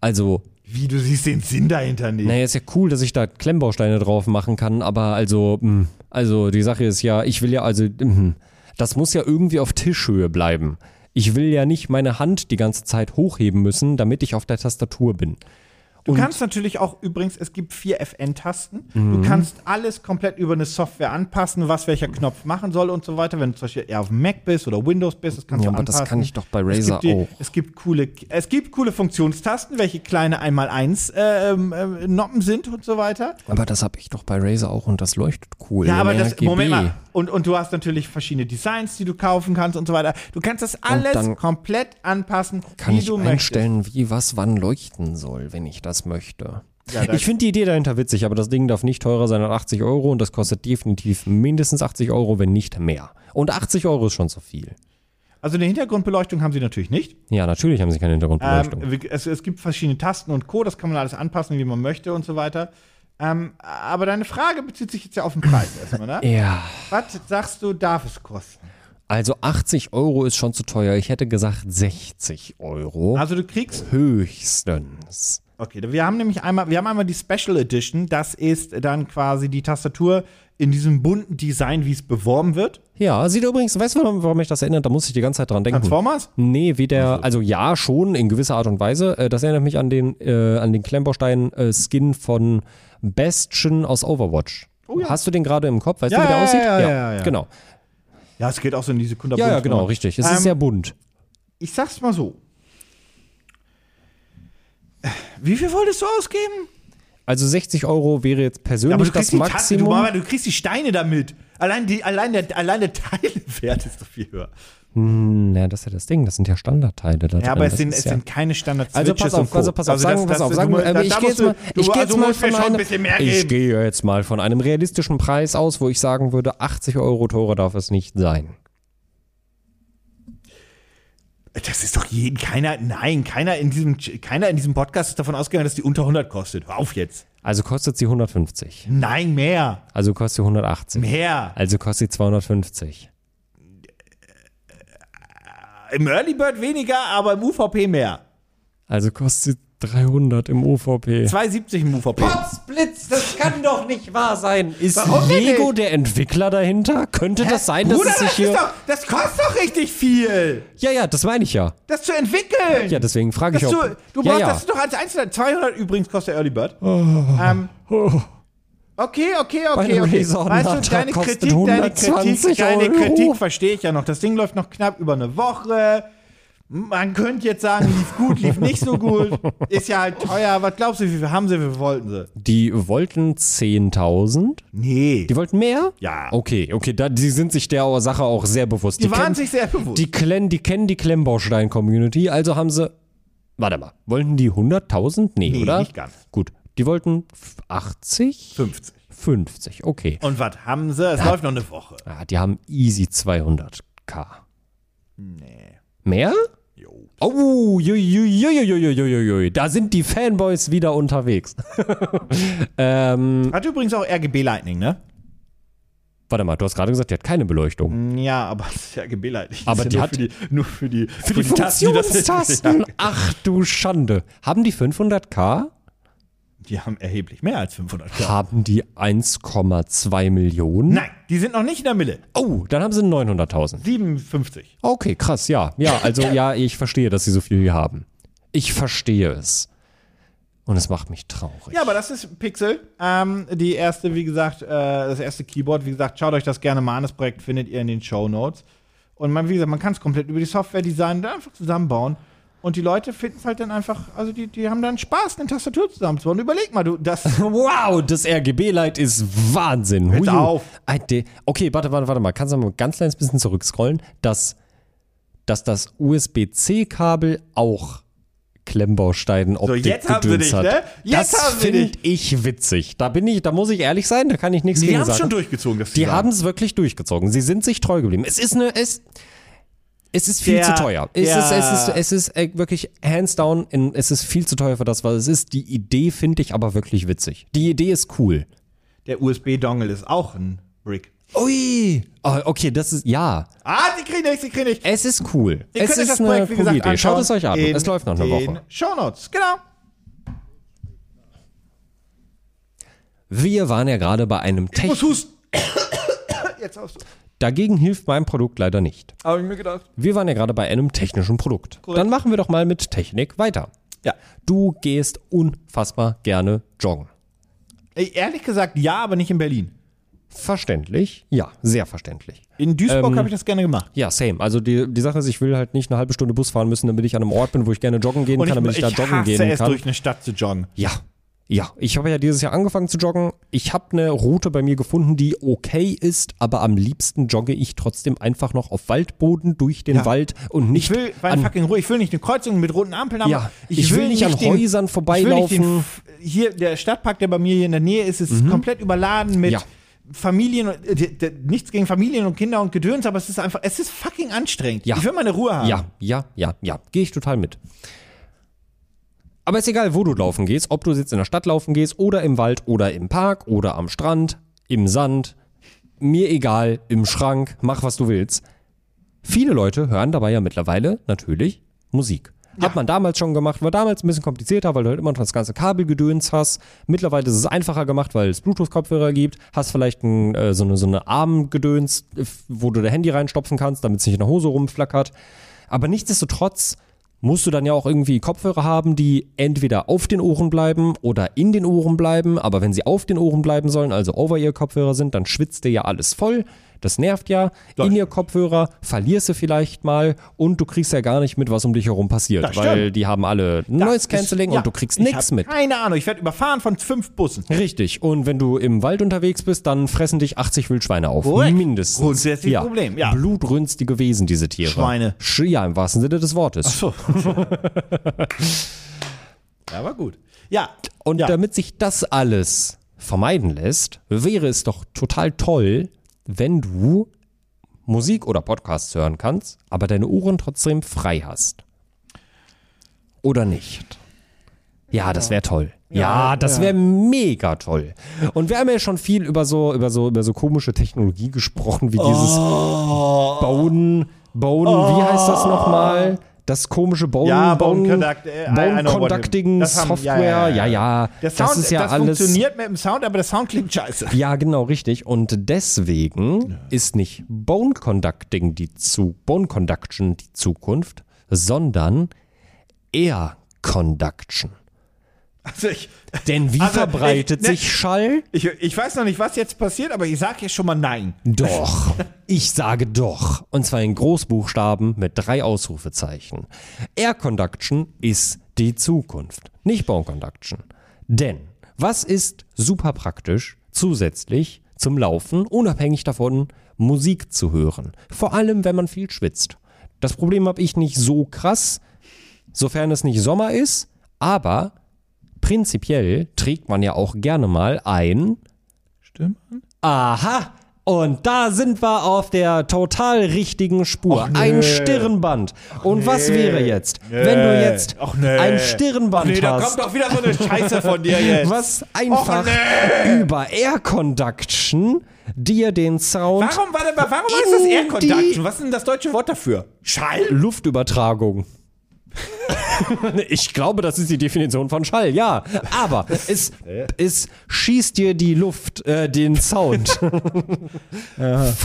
also, Wie, du siehst den Sinn dahinter nicht. naja, ist ja cool, dass ich da Klemmbausteine drauf machen kann, aber also, mh, also die Sache ist ja, ich will ja, also, mh, das muss ja irgendwie auf Tischhöhe bleiben. Ich will ja nicht meine Hand die ganze Zeit hochheben müssen, damit ich auf der Tastatur bin. Du kannst natürlich auch übrigens, es gibt vier FN-Tasten. Mhm. Du kannst alles komplett über eine Software anpassen, was welcher Knopf machen soll und so weiter. Wenn du zum Beispiel eher auf dem Mac bist oder Windows bist, das kannst Ja, du aber das anpassen. kann ich doch bei es Razer gibt die, auch. Es gibt coole, es gibt coole Funktionstasten, welche kleine 1x1 äh, ähm, ähm, Noppen sind und so weiter. Aber das habe ich doch bei Razer auch und das leuchtet cool. Ja, im aber das, RGB. Moment mal. Und, und du hast natürlich verschiedene Designs, die du kaufen kannst und so weiter. Du kannst das alles dann komplett anpassen, Kann wie ich du möchtest. einstellen, wie was wann leuchten soll, wenn ich das möchte. Ja, da- ich finde die Idee dahinter witzig, aber das Ding darf nicht teurer sein als 80 Euro und das kostet definitiv mindestens 80 Euro, wenn nicht mehr. Und 80 Euro ist schon zu viel. Also eine Hintergrundbeleuchtung haben sie natürlich nicht. Ja, natürlich haben sie keine Hintergrundbeleuchtung. Ähm, wie- es, es gibt verschiedene Tasten und Co., das kann man alles anpassen, wie man möchte und so weiter. Ähm, aber deine Frage bezieht sich jetzt ja auf den Preis erstmal, ne? ja, Was sagst du, darf es kosten? also 80 Euro ist schon zu teuer. Ich hätte gesagt 60 Euro. Also du kriegst. Höchstens. Okay, wir haben nämlich einmal, wir haben einmal die Special Edition, das ist dann quasi die Tastatur in diesem bunten Design, wie es beworben wird. Ja, sieht übrigens, weißt du, warum mich das erinnert? Da muss ich die ganze Zeit dran denken. Transformers? Nee, wie der, also ja, schon in gewisser Art und Weise. Äh, Das erinnert mich an den, äh, an den Klemmbaustein-Skin von Bastion aus Overwatch. Hast du den gerade im Kopf? Weißt Oh Ja, du, wie der ja, aussieht? ja, ja, ja, ja. Genau. Ja, es geht auch so in diese Ähm, Kunde. Ja, ja, genau, richtig. Es Ähm, ist sehr bunt. ich sag's mal so. Wie viel wolltest du ausgeben? Also 60 Euro wäre jetzt persönlich aber du kriegst, das die Tassen, du, Maximum. Mama, du kriegst die Steine damit. Allein, die, allein, der, allein der Teilewert ist doch viel höher. Na, das ist ja das Ding. Das sind ja Standardteile. Da Ja, aber drin. es Das sind, ist es ja- sind keine standard Also pass auf, also pass auf, sagen, pass auf, sagen, äh, ich gehe jetzt mal, ich gehe jetzt mal von also schon ein einem, bisschen mehr ich geben. gehe jetzt mal von einem realistischen Preis aus, wo ich sagen würde, 80 Euro teurer darf es nicht sein. Das ist doch jeden, keiner, nein, keiner in diesem, keiner in diesem Podcast ist davon ausgegangen, dass die unter 100 kostet. Hör auf jetzt. Also kostet sie 150. Nein, mehr, Also kostet sie 180. mehr. Also kostet sie 250. Im Early Bird weniger, aber im UVP mehr. Also kostet sie 300 im OVP. 2,70 im UVP. Potzblitz, das kann doch nicht wahr sein. Ist Lego der Entwickler dahinter? Könnte das sein, dass Bruder, es sich das, ist hier... doch, das kostet doch richtig viel, Ja, ja, das meine ich ja. das zu entwickeln. Ja, deswegen frage Das ich auch. du, du ja, brauchst ja. Oh. das doch als Einzelner. 200 übrigens kostet der Early Bird. Ähm, okay, okay, okay, Meine okay. Resort Weißt du, Nata deine kostet Kritik, deine 120 Kritik, deine Euro. Kritik verstehe ich ja noch. Das Ding läuft noch knapp über eine Woche. Man könnte jetzt sagen, lief gut, lief nicht so gut. Ist ja halt teuer. Was glaubst du, wie viel haben sie, wie viel wollten sie? Die wollten 10.000. Nee. Die wollten mehr? Ja. Okay, okay, da, die sind sich der Sache auch sehr bewusst. Die waren kennen- sich sehr bewusst. Die, klen, die kennen die Klemmbaustein-Community, also haben sie. Warte mal, wollten die 100.000? Nee, Nee, oder? nicht ganz. Gut, die wollten f- 80? 50. 50, okay. Und was haben sie? Es läuft noch eine Woche. Ah, die haben easy 200k. Nee. Mehr? Jo. Oh, jui, jui, jui, jui, jui, jui, jui. da sind die Fanboys wieder unterwegs. Hat übrigens auch RGB Lightning, ne? Warte mal, du hast gerade gesagt, die hat keine Beleuchtung. Ja, aber das ist ja gebeleidigt. Aber Das ist die ja hat- nur für die, nur für die, für Die Tasten, die das Funktionstasten. Ach du Schande. Haben die 500k? Die haben erheblich mehr als 500 K. Haben die 1,2 Millionen? Nein, die sind noch nicht in der Mille. Oh, dann haben sie 900.000. 57. Okay, krass, ja. Ja, also ja, ich verstehe, dass sie so viel hier haben. Ich verstehe es. Und es macht mich traurig. Ja, aber das ist Pixel. Ähm, die erste, wie gesagt, äh, das erste Keyboard, wie gesagt, schaut euch das gerne mal an. Das Projekt findet ihr in den Show Notes. Und man, wie gesagt, man kann es komplett über die Software designen, dann einfach zusammenbauen. Und die Leute finden es halt dann einfach, also die, die haben dann Spaß, eine Tastatur zusammenzubauen. Überleg mal, du, das. Wow, das RGB-Light ist Wahnsinn. Hört Huiu. auf. Ei, de- Okay, warte, warte, warte mal. Kannst du mal ein ganz kleines bisschen zurückscrollen, dass, dass das USB-C-Kabel auch Klemmbausteinen optik So, jetzt haben sie dich, hat. ne? Jetzt das haben sie finde ich witzig. Da bin ich, da muss ich ehrlich sein, da kann ich nichts gegen haben's sagen. durchgezogen, das Die haben es wirklich durchgezogen. Sie sind sich treu geblieben. Es ist eine, es, es ist viel Der- zu teuer. Es, der- ist, es ist, es ist äh, wirklich hands down. In, es ist viel zu teuer für das, was es ist. Die Idee finde ich aber wirklich witzig. Die Idee ist cool. Der USB-Dongle ist auch ein Brick. Ui, oh, okay, das ist ja. Ah, die kriegen nichts, die kriegen nichts. Es ist cool. Ihr es könnt euch das ist Projekt, wie eine gesagt, coole Idee. Schaut anschauen es euch an. in Es läuft noch eine den Woche. Shownotes, genau. Wir waren ja gerade bei einem Tech. Muss husten. Jetzt aus. Dagegen hilft mein Produkt leider nicht. Habe ich mir gedacht. Wir waren ja gerade bei einem technischen Produkt. Dann machen wir doch mal mit Technik weiter. Ja. Du gehst unfassbar gerne joggen. Ey, ehrlich gesagt, ja, aber nicht in Berlin. Verständlich. Ja, sehr verständlich. In Duisburg Ähm, habe ich das gerne gemacht. Ja, same. Also die, die Sache ist, ich will halt nicht eine halbe Stunde Bus fahren müssen, damit ich an einem Ort bin, wo ich gerne joggen gehen kann, damit ich, da joggen hasse gehen es, kann. durch eine Stadt zu joggen. Ja. Ja, ich habe ja dieses Jahr angefangen zu joggen. Ich habe eine Route bei mir gefunden, die okay ist, aber am liebsten jogge ich trotzdem einfach noch auf Waldboden durch den Ja. Wald und nicht Ich will, mein an fucking Ruhe, ich will nicht eine Kreuzung mit roten Ampeln haben. Ja, ich will nicht an Häusern Ich will nicht den, F- hier, der Stadtpark, der bei mir hier in der Nähe ist, ist komplett überladen mit Mhm. Ja. Familien, und- äh, d- d- nichts gegen Familien und Kinder und Gedöns, aber es ist einfach, es ist fucking anstrengend. Ja. Ich will meine Ruhe haben. Ja, ja, ja, ja. Gehe ich total mit. Aber ist egal, wo du laufen gehst, ob du jetzt in der Stadt laufen gehst oder im Wald oder im Park oder am Strand, im Sand, mir egal, im Schrank, mach was du willst. Viele Leute hören dabei ja mittlerweile natürlich Musik. Hat man damals schon gemacht, war damals ein bisschen komplizierter, weil du halt immer noch das ganze Kabelgedöns hast. Mittlerweile ist es einfacher gemacht, weil es Bluetooth-Kopfhörer gibt. Hast vielleicht ein, äh, so eine, so eine Armgedöns, äh, wo du dein Handy reinstopfen kannst, damit es nicht in der Hose rumflackert. Aber nichtsdestotrotz musst du dann ja auch irgendwie Kopfhörer haben, die entweder auf den Ohren bleiben oder in den Ohren bleiben. Aber wenn sie auf den Ohren bleiben sollen, also Over-Ear-Kopfhörer sind, dann schwitzt dir ja alles voll. Das nervt ja. In ihr Kopfhörer verlierst du vielleicht mal und du kriegst ja gar nicht mit, was um dich herum passiert, Das weil stimmt. die haben alle Noise Cancelling Ja, und du kriegst ich nichts hab mit. Keine Ahnung, ich werde überfahren von fünf Bussen. Richtig. Und wenn du im Wald unterwegs bist, dann fressen dich 80 Wildschweine auf. Korrekt. Mindestens. Grundsätzlich Problem, ja. Blutrünstige Wesen, diese Tiere. Schweine. Sch ja, im wahrsten Sinne des Wortes. So. ja, war gut. Ja. Und ja. damit sich das alles vermeiden lässt, wäre es doch total toll, wenn du Musik oder Podcasts hören kannst, aber deine Uhren trotzdem frei hast. Oder nicht? Ja, das wäre toll. Ja, das wäre mega toll. Und wir haben ja schon viel über so, über so, über so komische Technologie gesprochen, wie dieses Oh. Bone, Bone, wie heißt das nochmal? Das komische Bone, Ja, Bone Bone, Conduct, äh, I- I Bone know what Conducting it- das haben- ja, Software, ja, ja, ja, ja. ja. der Sound, das ist ja das alles. funktioniert mit dem Sound, aber der Sound klingt scheiße. Ja, genau, richtig. Und deswegen ist nicht Bone Conducting die Zu Bone Conduction die Zukunft, sondern Air Conduction. Also ich, Denn wie Also, verbreitet ich- ne- sich Schall? ich, ich weiß noch nicht, was jetzt passiert, aber ich sage jetzt schon mal nein. Doch. Ich sage doch. Und zwar in Großbuchstaben mit drei Ausrufezeichen. Air Conduction ist die Zukunft, nicht Bone Conduction. Denn was ist super praktisch zusätzlich zum Laufen, unabhängig davon, Musik zu hören? Vor allem, wenn man viel schwitzt. Das Problem habe ich nicht so krass, sofern es nicht Sommer ist, aber prinzipiell trägt man ja auch gerne mal ein Stimmt. Aha! Und da sind wir auf der total richtigen Spur. Ein Stirnband. Und was wäre jetzt, wenn du jetzt Och, Äh, nee. ein Stirnband Nee, da kommt hast, doch wieder so eine Scheiße von dir jetzt. was Och, einfach nee. über Air Conduction dir den Sound Warum, warte mal, warum heißt das In Air die- Conduction? Was ist denn das deutsche Wort dafür? Schall? Luftübertragung. ich glaube, das ist die Definition von Schall, ja. Aber es, es schießt dir die Luft, äh, den Sound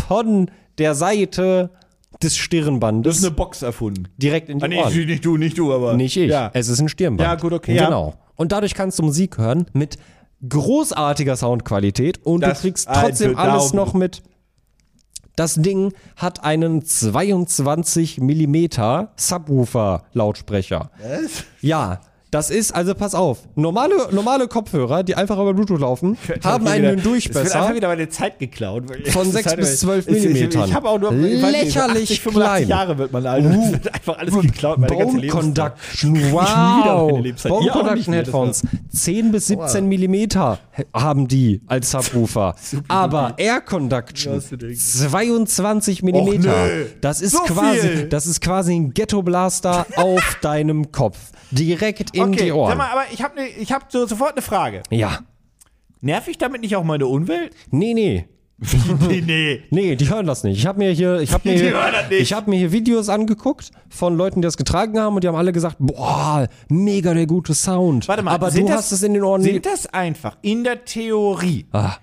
von der Seite des Das ist Stirnbandes eine Box erfunden. direkt in die Ah, Ohren. nee, nicht du, nicht du, aber. Nicht ich. Ja. Es ist ein Stirnband. Ja, gut, okay, ja. Genau. Und dadurch kannst du Musik hören mit großartiger Soundqualität und Das du kriegst ein trotzdem alles Bedauern. noch mit. Das Ding hat einen 22 Millimeter Subwoofer-Lautsprecher. Was? Ja, das ist, also pass auf, normale, normale Kopfhörer, die einfach über Bluetooth laufen, haben wieder- einen Es wird einfach Durchmesser wieder meine Zeit geklaut. weil- Von Das sechs ist halt- bis zwölf Ich- ich- Millimetern. Ich habe auch nur ich weiß nicht, so Lächerlich 80, 85 klein. Uh. Jahre wird man alt. und es wird einfach alles geklaut. Meine ganze Bone Lebenszeit. Conduction, wieder wow. meine Lebenszeit. Bone Ihr auch nicht Conduction mehr, das war- Headphones. 10 bis 17 Millimeter haben die als Subwoofer. Aber Air Conduction, hast du denn? 22 Millimeter. nö. Das ist So quasi, viel. das ist quasi ein Ghetto Blaster auf deinem Kopf. Direkt in Okay, die sag Ohren. mal, aber ich habe ne, ich hab so, sofort eine Frage. Ja. Nerv ich damit nicht auch meine Umwelt? Nee, nee. nee, nee. Nee, die hören das nicht. Ich habe mir hier, ich habe mir, Die hier- hören das nicht. ich habe mir hier Videos angeguckt von Leuten, die das getragen haben und die haben alle gesagt, boah, mega der gute Sound. Warte mal, aber du sind das, hast es in den Ohren. nie- Sind das einfach in der Theorie Ah.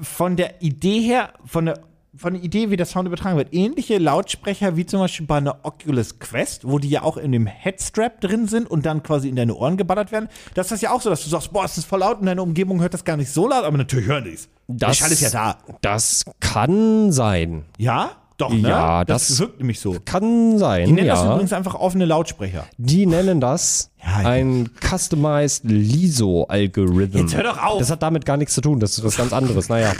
von der Idee her, von der von der Idee, wie der Sound übertragen wird, ähnliche Lautsprecher wie zum Beispiel bei einer Oculus Quest, wo die ja auch in dem Headstrap drin sind und dann quasi in deine Ohren geballert werden. Das ist ja auch so, dass du sagst, boah, es ist voll laut und deine Umgebung hört das gar nicht so laut, aber natürlich hören die es. Der Das- Schall ist ja da. Das kann sein. Ja? Doch, ne? Ja, das- wirkt nämlich so. Kann sein. Die nennen ja. das übrigens einfach offene Lautsprecher. die nennen das Ja, ja. ein Customized LISO-Algorithm. Jetzt hör doch auf! Das hat damit gar nichts zu tun. Das ist was ganz anderres. Naja.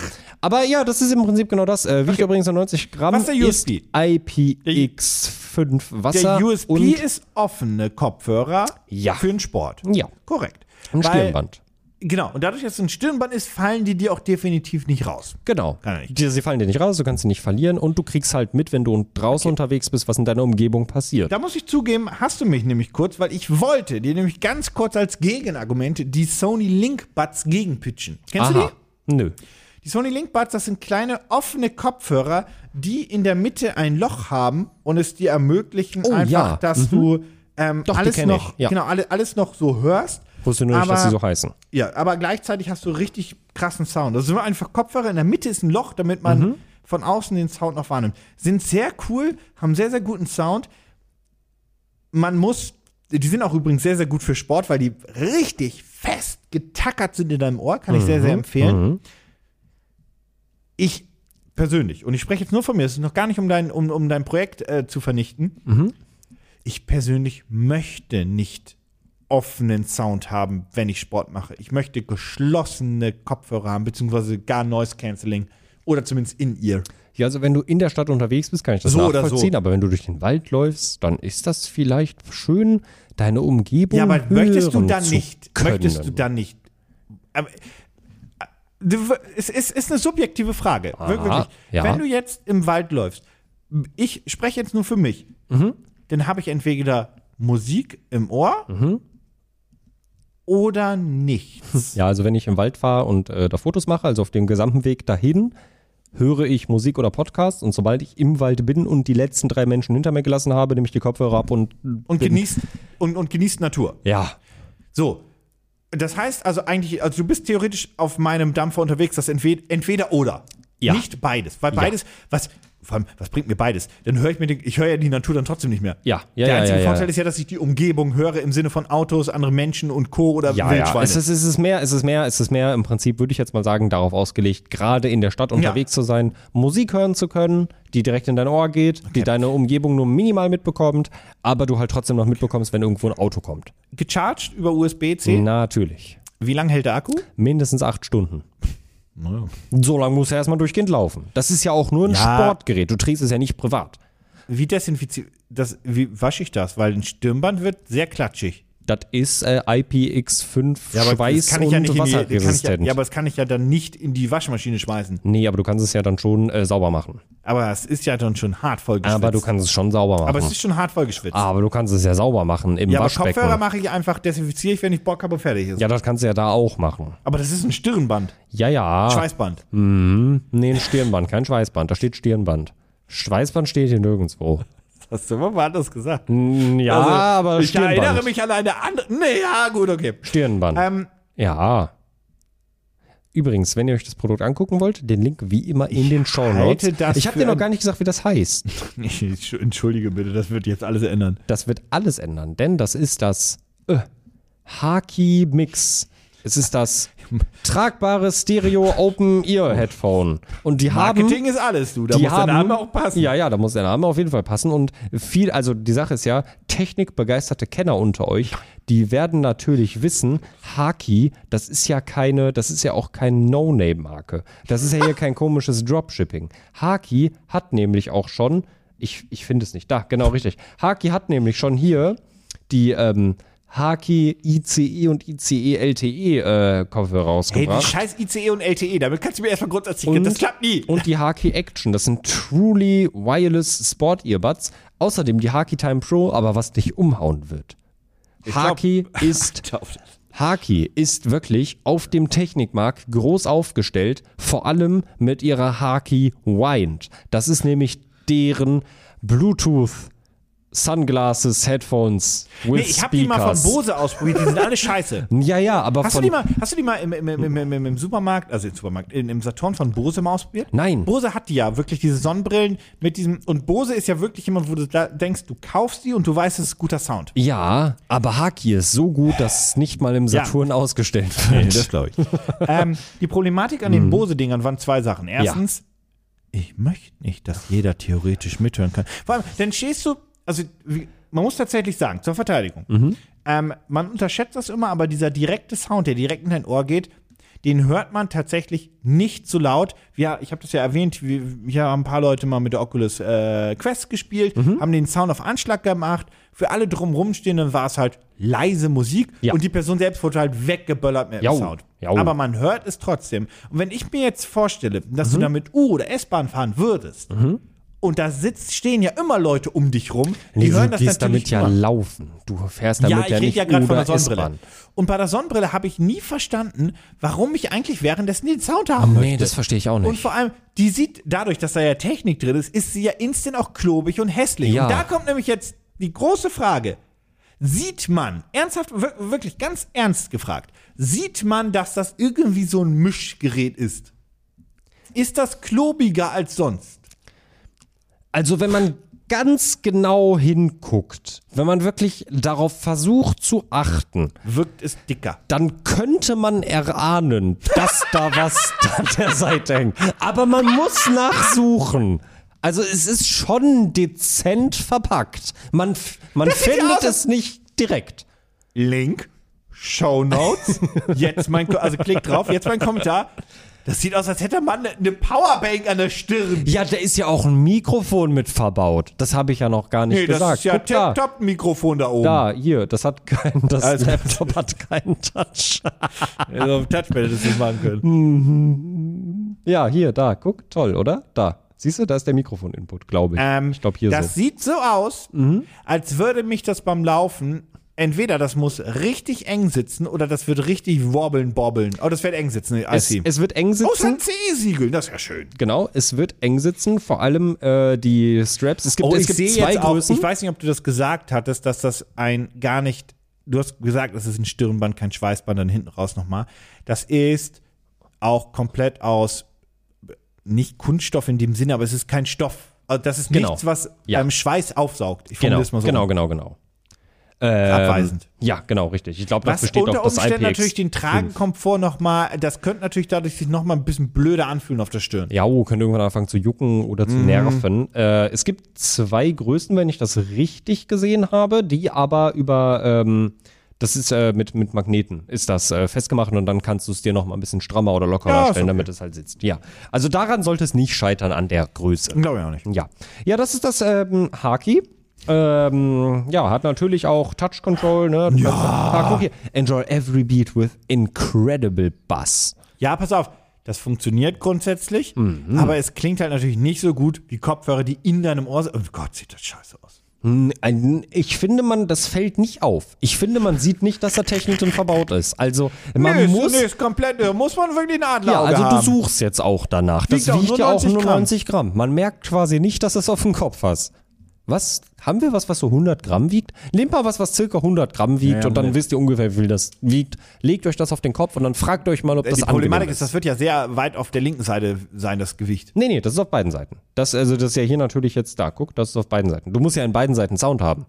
Aber ja, das ist im Prinzip genau das. Äh, wiegt übrigens nur 90 Gramm. Was ist der ist USP? IPX5 Wasser. Der USP und ist offene Kopfhörer Ja. für den Sport. Ja. Korrekt. ein Weil- Stirnband. Genau, und dadurch, dass es ein Stirnband ist, fallen die dir auch definitiv nicht raus. Genau. Kann er nicht. Die, sie fallen dir nicht raus, du kannst sie nicht verlieren und du kriegst halt mit, wenn du draußen unterwegs bist, was in deiner Umgebung passiert. Da muss ich zugeben, hast du mich nämlich kurz, weil ich wollte dir nämlich ganz kurz als Gegenargument die Sony Link Buds gegenpitchen. Kennst du Aha. die? Nö. Die Sony Link Buds, das sind kleine offene Kopfhörer, die in der Mitte ein Loch haben und es dir ermöglichen, Oh, einfach, ja. dass du ähm, Doch, die alles kenn noch, ich, ja. genau, alle, alles noch so hörst. Wusste nur nicht, dass aber- sie so heißen. Ja, aber gleichzeitig hast du richtig krassen Sound. Das sind einfach Kopfhörer, in der Mitte ist ein Loch, damit man von außen den Sound noch wahrnimmt. Sind sehr cool, haben sehr, sehr guten Sound. Man muss, die sind auch übrigens sehr, sehr gut für Sport, weil die richtig fest getackert sind in deinem Ohr, kann ich sehr, sehr empfehlen. Ich persönlich, und ich spreche jetzt nur von mir, es ist noch gar nicht, um dein, um, um dein Projekt äh, zu vernichten. Ich persönlich möchte nicht offenen Sound haben, wenn ich Sport mache. Ich möchte geschlossene Kopfhörer haben, beziehungsweise gar Noise Cancelling oder zumindest in ihr. Ja, also wenn du in der Stadt unterwegs bist, kann ich das So oder nachvollziehen, so. aber wenn du durch den Wald läufst, dann ist das vielleicht schön, deine Umgebung Ja, aber Um hören möchtest du dann zu nicht, können. möchtest du dann nicht, aber, äh, es ist, ist eine subjektive Frage, wir- Aha, wirklich. ja. Wenn du jetzt im Wald läufst, ich spreche jetzt nur für mich, Mhm. dann habe ich entweder Musik im Ohr Mhm. oder nichts. Ja, also wenn ich im Wald fahre und äh, da Fotos mache, also auf dem gesamten Weg dahin, höre ich Musik oder Podcast und sobald ich im Wald bin und die letzten drei Menschen hinter mir gelassen habe, nehme ich die Kopfhörer ab und Und bin- genießt, und, und genießt Natur. Ja, So. Das heißt also eigentlich, also du bist theoretisch auf meinem Dampfer unterwegs, das entweder, entweder oder. Ja. Nicht beides. Weil beides, was, vor allem, was bringt mir beides? Dann höre ich mir, den, ich höre ja die Natur dann trotzdem nicht mehr. Ja, ja, Der ja, einzige ja, ja. Vorteil ist ja, dass ich die Umgebung höre im Sinne von Autos, andere Menschen und Co. oder ja, Wildschweine. ja. Es ist, es ist mehr, es ist mehr, es ist mehr im Prinzip, würde ich jetzt mal sagen, darauf ausgelegt, gerade in der Stadt unterwegs zu sein, Musik hören zu können, die direkt in dein Ohr geht, die deine Umgebung nur minimal mitbekommt, aber du halt trotzdem noch mitbekommst, wenn irgendwo ein Auto kommt. Gecharged über USB-C. Mhm. Natürlich. Wie lange hält der Akku? Mindestens acht Stunden. So lange muss er erstmal durchgehend laufen. Das ist ja auch nur ein Ja. Sportgerät. Du trägst es ja nicht privat. Wie desinfiziert, das, wie wasche ich das? Weil ein Stirnband wird sehr klatschig. Das ist äh, IPX5 Schweiß das kann ich ja und nicht in die, kann ich ja, wasserresistent. ja, aber das kann ich ja dann nicht in die Waschmaschine schmeißen. nee, aber du kannst es ja dann schon äh, sauber machen. Aber es ist ja dann schon hart vollgeschwitzt. Aber du kannst es schon sauber machen. Aber es ist schon hart voll geschwitzt. Aber du kannst es ja sauber machen im ja, aber Waschbecken. Kopfhörer mache ich einfach, desinfiziere ich, wenn ich Bock habe, fertig ist. ja, das kannst du ja da auch machen. Aber das ist ein Stirnband, Ja, ja. Mhm. Schweißband. nee, ein Stirnband, kein Schweißband. Da steht Stirnband. Schweißband steht hier nirgendwo. Hast du immer mal anders gesagt? Mm, Ja, Also, aber ich Stirnband. erinnere mich an eine andere. Nee, ja, gut, okay. Stirnband. Ähm, Ja. Übrigens, wenn ihr euch das Produkt angucken wollt, den Link wie immer in den Show Notes. halte das Ich habe für dir noch ein- gar nicht gesagt, wie das heißt. ich- entschuldige bitte, das wird jetzt alles ändern. Das wird alles ändern, denn das ist das äh, Haki Mix. Es ist das tragbare Stereo Open Ear Headphone. Und die haben Marketing ist alles, du. Da die muss haben, der Name auch passen. Ja, ja, da muss der Name auf jeden Fall passen. Und viel, also die Sache ist ja, technikbegeisterte Kenner unter euch, die werden natürlich wissen, Haki, das ist ja keine, das ist ja auch kein No-Name-Marke. Das ist ja hier kein komisches Dropshipping. Haki hat nämlich auch schon, ich, ich finde es nicht, da, genau richtig. Haki hat nämlich schon hier die, ähm, Haki ICE und E ICE LTE äh, Kopfhörer Hey, rausgebracht. die scheiß ICE und LTE, damit kannst du mir erstmal Grundsatz geben. Das klappt nie. Und die Haki Action, das sind truly wireless Sport Earbuds. Außerdem die Haki Time Pro, aber was dich umhauen wird. Haki ist Haki ist wirklich auf dem Technikmarkt groß aufgestellt, vor allem mit ihrer Haki Wind. Das ist nämlich deren Bluetooth Sunglasses, Headphones with Nee, ich habe die mal von Speakers. Bose ausprobiert, die sind alle scheiße. Ja, ja, aber Hast du von die mal, hast du die mal im, im, im, im, im, im Supermarkt, also im Supermarkt, im, im Saturn von Bose mal ausprobiert? Nein. Bose hat die ja wirklich diese Sonnenbrillen mit diesem, und Bose ist ja wirklich jemand, wo du da denkst, du kaufst die und du weißt, es ist guter Sound. Ja, aber Haki ist so gut, dass es nicht mal im Saturn ausgestellt wird. glaube ich. ähm, die Problematik an den Bose-Dingern waren zwei Sachen. Erstens, ich möchte nicht, dass jeder theoretisch mithören kann. Vor allem, dann stehst du, also wie, man muss tatsächlich sagen, zur Verteidigung. Mhm. Ähm, man unterschätzt das immer, aber dieser direkte Sound, der direkt in dein Ohr geht, den hört man tatsächlich nicht so laut. Ja, ich habe das ja erwähnt, wir, hier haben ein paar Leute mal mit der Oculus äh, Quest gespielt, Mhm. haben den Sound auf Anschlag gemacht. Für alle drumrum stehenden war es halt leise Musik Ja. und die Person selbst wurde halt weggeböllert mit dem Jau, Sound. jau. Aber man hört es trotzdem. Und wenn ich mir jetzt vorstelle, dass Mhm. du damit U- oder S-Bahn fahren würdest, und da sitzt, stehen ja immer Leute um dich rum, die Nee, hören du das gehst natürlich damit ja immer. laufen. Du fährst damit ja, ja, ich rede nicht ja gerade von über der Sonnenbrille. S-Bahn. Und bei der Sonnenbrille habe ich nie verstanden, warum ich eigentlich währenddessen den Sound haben möchte. Nee, das verstehe ich auch Und nicht. vor allem, die sieht, dadurch, dass da ja Technik drin ist, ist sie ja instant auch klobig und hässlich. Ja. Und da kommt nämlich jetzt die große Frage. Sieht man, ernsthaft, wir- wirklich ganz ernst gefragt, sieht man, dass das irgendwie so ein Mischgerät ist? Ist das klobiger als sonst? Also wenn man ganz genau hinguckt, wenn man wirklich darauf versucht zu achten, Wirkt es dicker. dann könnte man erahnen, dass da was an der Seite hängt. Aber man muss nachsuchen. Also es ist schon dezent verpackt. Man, f- man findet es nicht direkt. Link. Show Notes. Jetzt mein, Ko- also klick drauf, jetzt mein Kommentar. Das sieht aus, als hätte man eine Powerbank an der Stirn. Ja, da ist ja auch ein Mikrofon mit verbaut. Das habe ich ja noch gar nicht Nee, gesagt. das ist ja Guck da. Tip-Top-Mikrofon da oben. Da, hier, das hat kein, das Also- Laptop hat keinen Touch. Also auf dem Touchpad das nicht machen können. Ja, hier, da, guck, toll, oder? Da. Siehst du, da ist der Mikrofon-Input, glaube ich. Ähm, ich glaube hier das so. Mhm. sieht so aus, als würde mich das beim Laufen entweder das muss richtig eng sitzen oder das wird richtig wobbeln, bobbeln. Oh, das wird eng sitzen. I Es, see. es wird eng oh, es hat sitzen. ein CE-Siegel, das ist ja schön. Genau, es wird eng sitzen, vor allem äh, die Straps. Es gibt, oh, es ich gibt sehe zwei jetzt Größen. Auch, ich weiß nicht, ob du das gesagt hattest, dass das ein gar nicht. Du hast gesagt, das ist ein Stirnband, kein Schweißband, dann hinten raus nochmal. Das ist auch komplett aus nicht Kunststoff in dem Sinne, aber es ist kein Stoff. Also das ist Genau. nichts, was Ja. ähm, Schweiß aufsaugt. Ich finde genau, das mal so genau, genau, genau. Ähm, abweisend. Ja, genau, richtig. Ich glaube, das Was besteht unter auch das Umständen IPX. natürlich den Tragenkomfort nochmal, das könnte natürlich dadurch sich nochmal ein bisschen blöder anfühlen auf der Stirn. ja, oh, könnte irgendwann anfangen zu jucken oder Mhm. zu nerven. Äh, es gibt zwei Größen, wenn ich das richtig gesehen habe, die aber über, ähm, das ist äh, mit, mit Magneten, ist das äh, festgemacht und dann kannst du es dir noch mal ein bisschen strammer oder lockerer Ja, ist stellen, okay. damit es halt sitzt. Ja, also daran sollte es nicht scheitern an der Größe. Glaube ich auch nicht. Ja, ja, das ist das ähm, Haki. Ähm, ja, hat natürlich auch Touch Control. Ne? Ja. Ah, guck hier. Enjoy every beat with incredible bass. Ja, pass auf, das funktioniert grundsätzlich, aber es klingt halt natürlich nicht so gut wie Kopfhörer, die in deinem Ohr sind. Oh Gott, sieht das scheiße aus. Hm, ein- Ich finde, man, das fällt nicht auf. Ich finde, man sieht nicht, dass da Technik drin verbaut ist. Also man ist- muss. ist komplett, da muss man wirklich ein Adler Ja, also du haben. suchst jetzt auch danach. Das Wiegt auch wiegt nur ja auch 90 nur Gramm. 90 Gramm. Man merkt quasi nicht, dass es auf dem Kopf hast. Was? Haben wir was, was so 100 Gramm wiegt? Nehmt mal was, was circa 100 Gramm wiegt Ja, und dann Moment. wisst ihr ungefähr, wie viel das wiegt. Legt euch das auf den Kopf und dann fragt euch mal, ob das Äh, Die Problematik angenehm ist, das wird ja sehr weit auf der linken Seite sein, das Gewicht. Nee, nee, das ist auf beiden Seiten. Das, also das ist ja hier natürlich jetzt da. Guck, das ist auf beiden Seiten. Du musst ja in beiden Seiten Sound haben.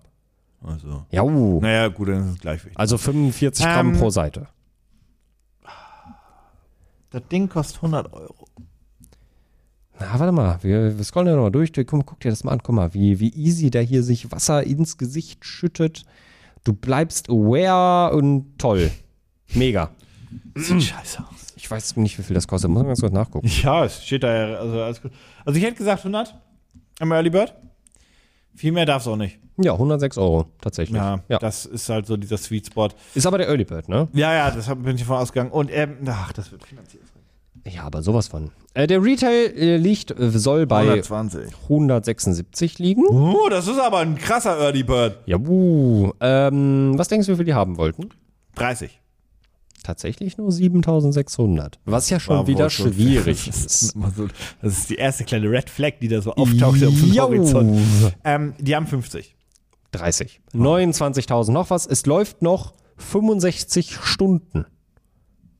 Also. Ja, uh. Naja, gut, dann ist es gleich wichtig. Also 45 Gramm Ähm, pro Seite. Das Ding kostet 100 Euro. Na, warte mal, wir, wir scrollen ja nochmal durch. Guck, mal, guck dir das mal an, guck mal, wie, wie easy der hier sich Wasser ins Gesicht schüttet. Du bleibst aware und toll. Mega. Sieht scheiße aus. Ich weiß nicht, wie viel das kostet. Muss man ganz kurz nachgucken. Ja, es steht da ja, also alles gut. Also ich hätte gesagt 100 am Early Bird. Viel mehr darf es auch nicht. Ja, 106 Euro tatsächlich. Ja, Ja. das ist halt so dieser Sweet Spot. Ist aber der Early Bird, ne? Ja, ja, deshalb bin ich davon ausgegangen. Und ähm, ach, das wird finanziert. Ja, aber sowas von. Äh, der Retail äh, liegt, äh, soll bei 120. 176 liegen. Oh, das ist aber ein krasser Early Bird. Ja, buh. Ähm, was denkst du, wie viel die haben wollten? 30. Tatsächlich nur 7600. Was ja schon War wohl wieder schon- schwierig Das ist. ist, immer so- das ist die erste kleine Red Flag, die da so auftauchte auf dem Jau. Horizont. Ähm, die haben 50. 30. Hm. 29.000 noch was. Es läuft noch 65 Stunden.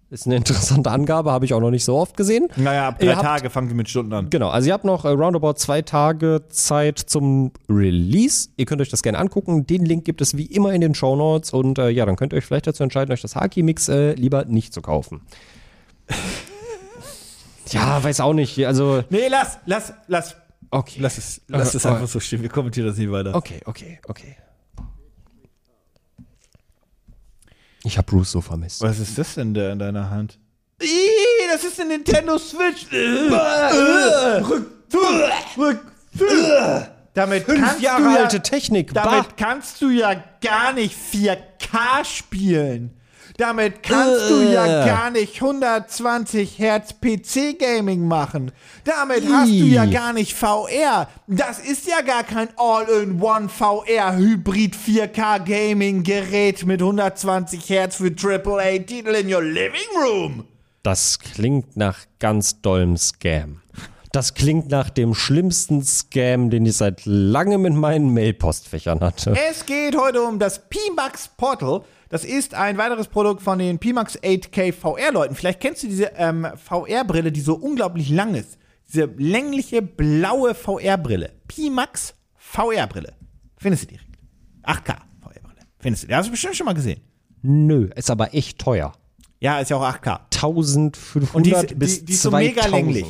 Ist eine interessante Angabe, habe ich auch noch nicht so oft gesehen. Naja, ab drei Ihr habt- Tage fangen die mit Stunden an. Genau, also ihr habt noch äh, roundabout zwei Tage Zeit zum Release. Ihr könnt euch das gerne angucken. Den Link gibt es wie immer in den Show Notes. Und äh, ja, dann könnt ihr euch vielleicht dazu entscheiden, euch das Haki-Mix äh, lieber nicht zu kaufen. ja, weiß auch nicht. Also, Nee, lass, lass, lass. okay. Lass es, lass es Äh, einfach so stehen. Wir kommentieren das nie weiter. Okay, okay, okay. Ich habe Bruce so vermisst. Was ist das denn da in deiner Hand? Ih, das ist eine Nintendo Switch. Äh, Äh. Damit Fünf kannst Jahre du ja, alte Technik. Bah. Damit kannst du ja gar nicht 4K spielen. Damit kannst du ja Äh. gar nicht 120 Hertz PC Gaming machen. Damit hast du ja Ih. gar nicht VR. Das ist ja gar kein All-in-One VR Hybrid 4K Gaming Gerät mit 120 Hertz für AAA Titel in your living room. Das klingt nach ganz dollem Scam. Das klingt nach dem schlimmsten Scam, den ich seit langem in meinen Mailpostfächern hatte. Es geht heute um das Pimax Portal. Das ist ein weiteres Produkt von den Pimax 8K VR-Leuten. Vielleicht kennst du diese ähm, VR-Brille, die so unglaublich lang ist. Diese längliche blaue VR-Brille. Pimax VR-Brille. Findest du direkt. 8K VR-Brille. Findest du. Die hast du bestimmt schon mal gesehen. Nö, ist aber echt teuer. Ja, ist ja auch 8K. 1500 Und die, ist- bis die, die ist so mega 2000. länglich.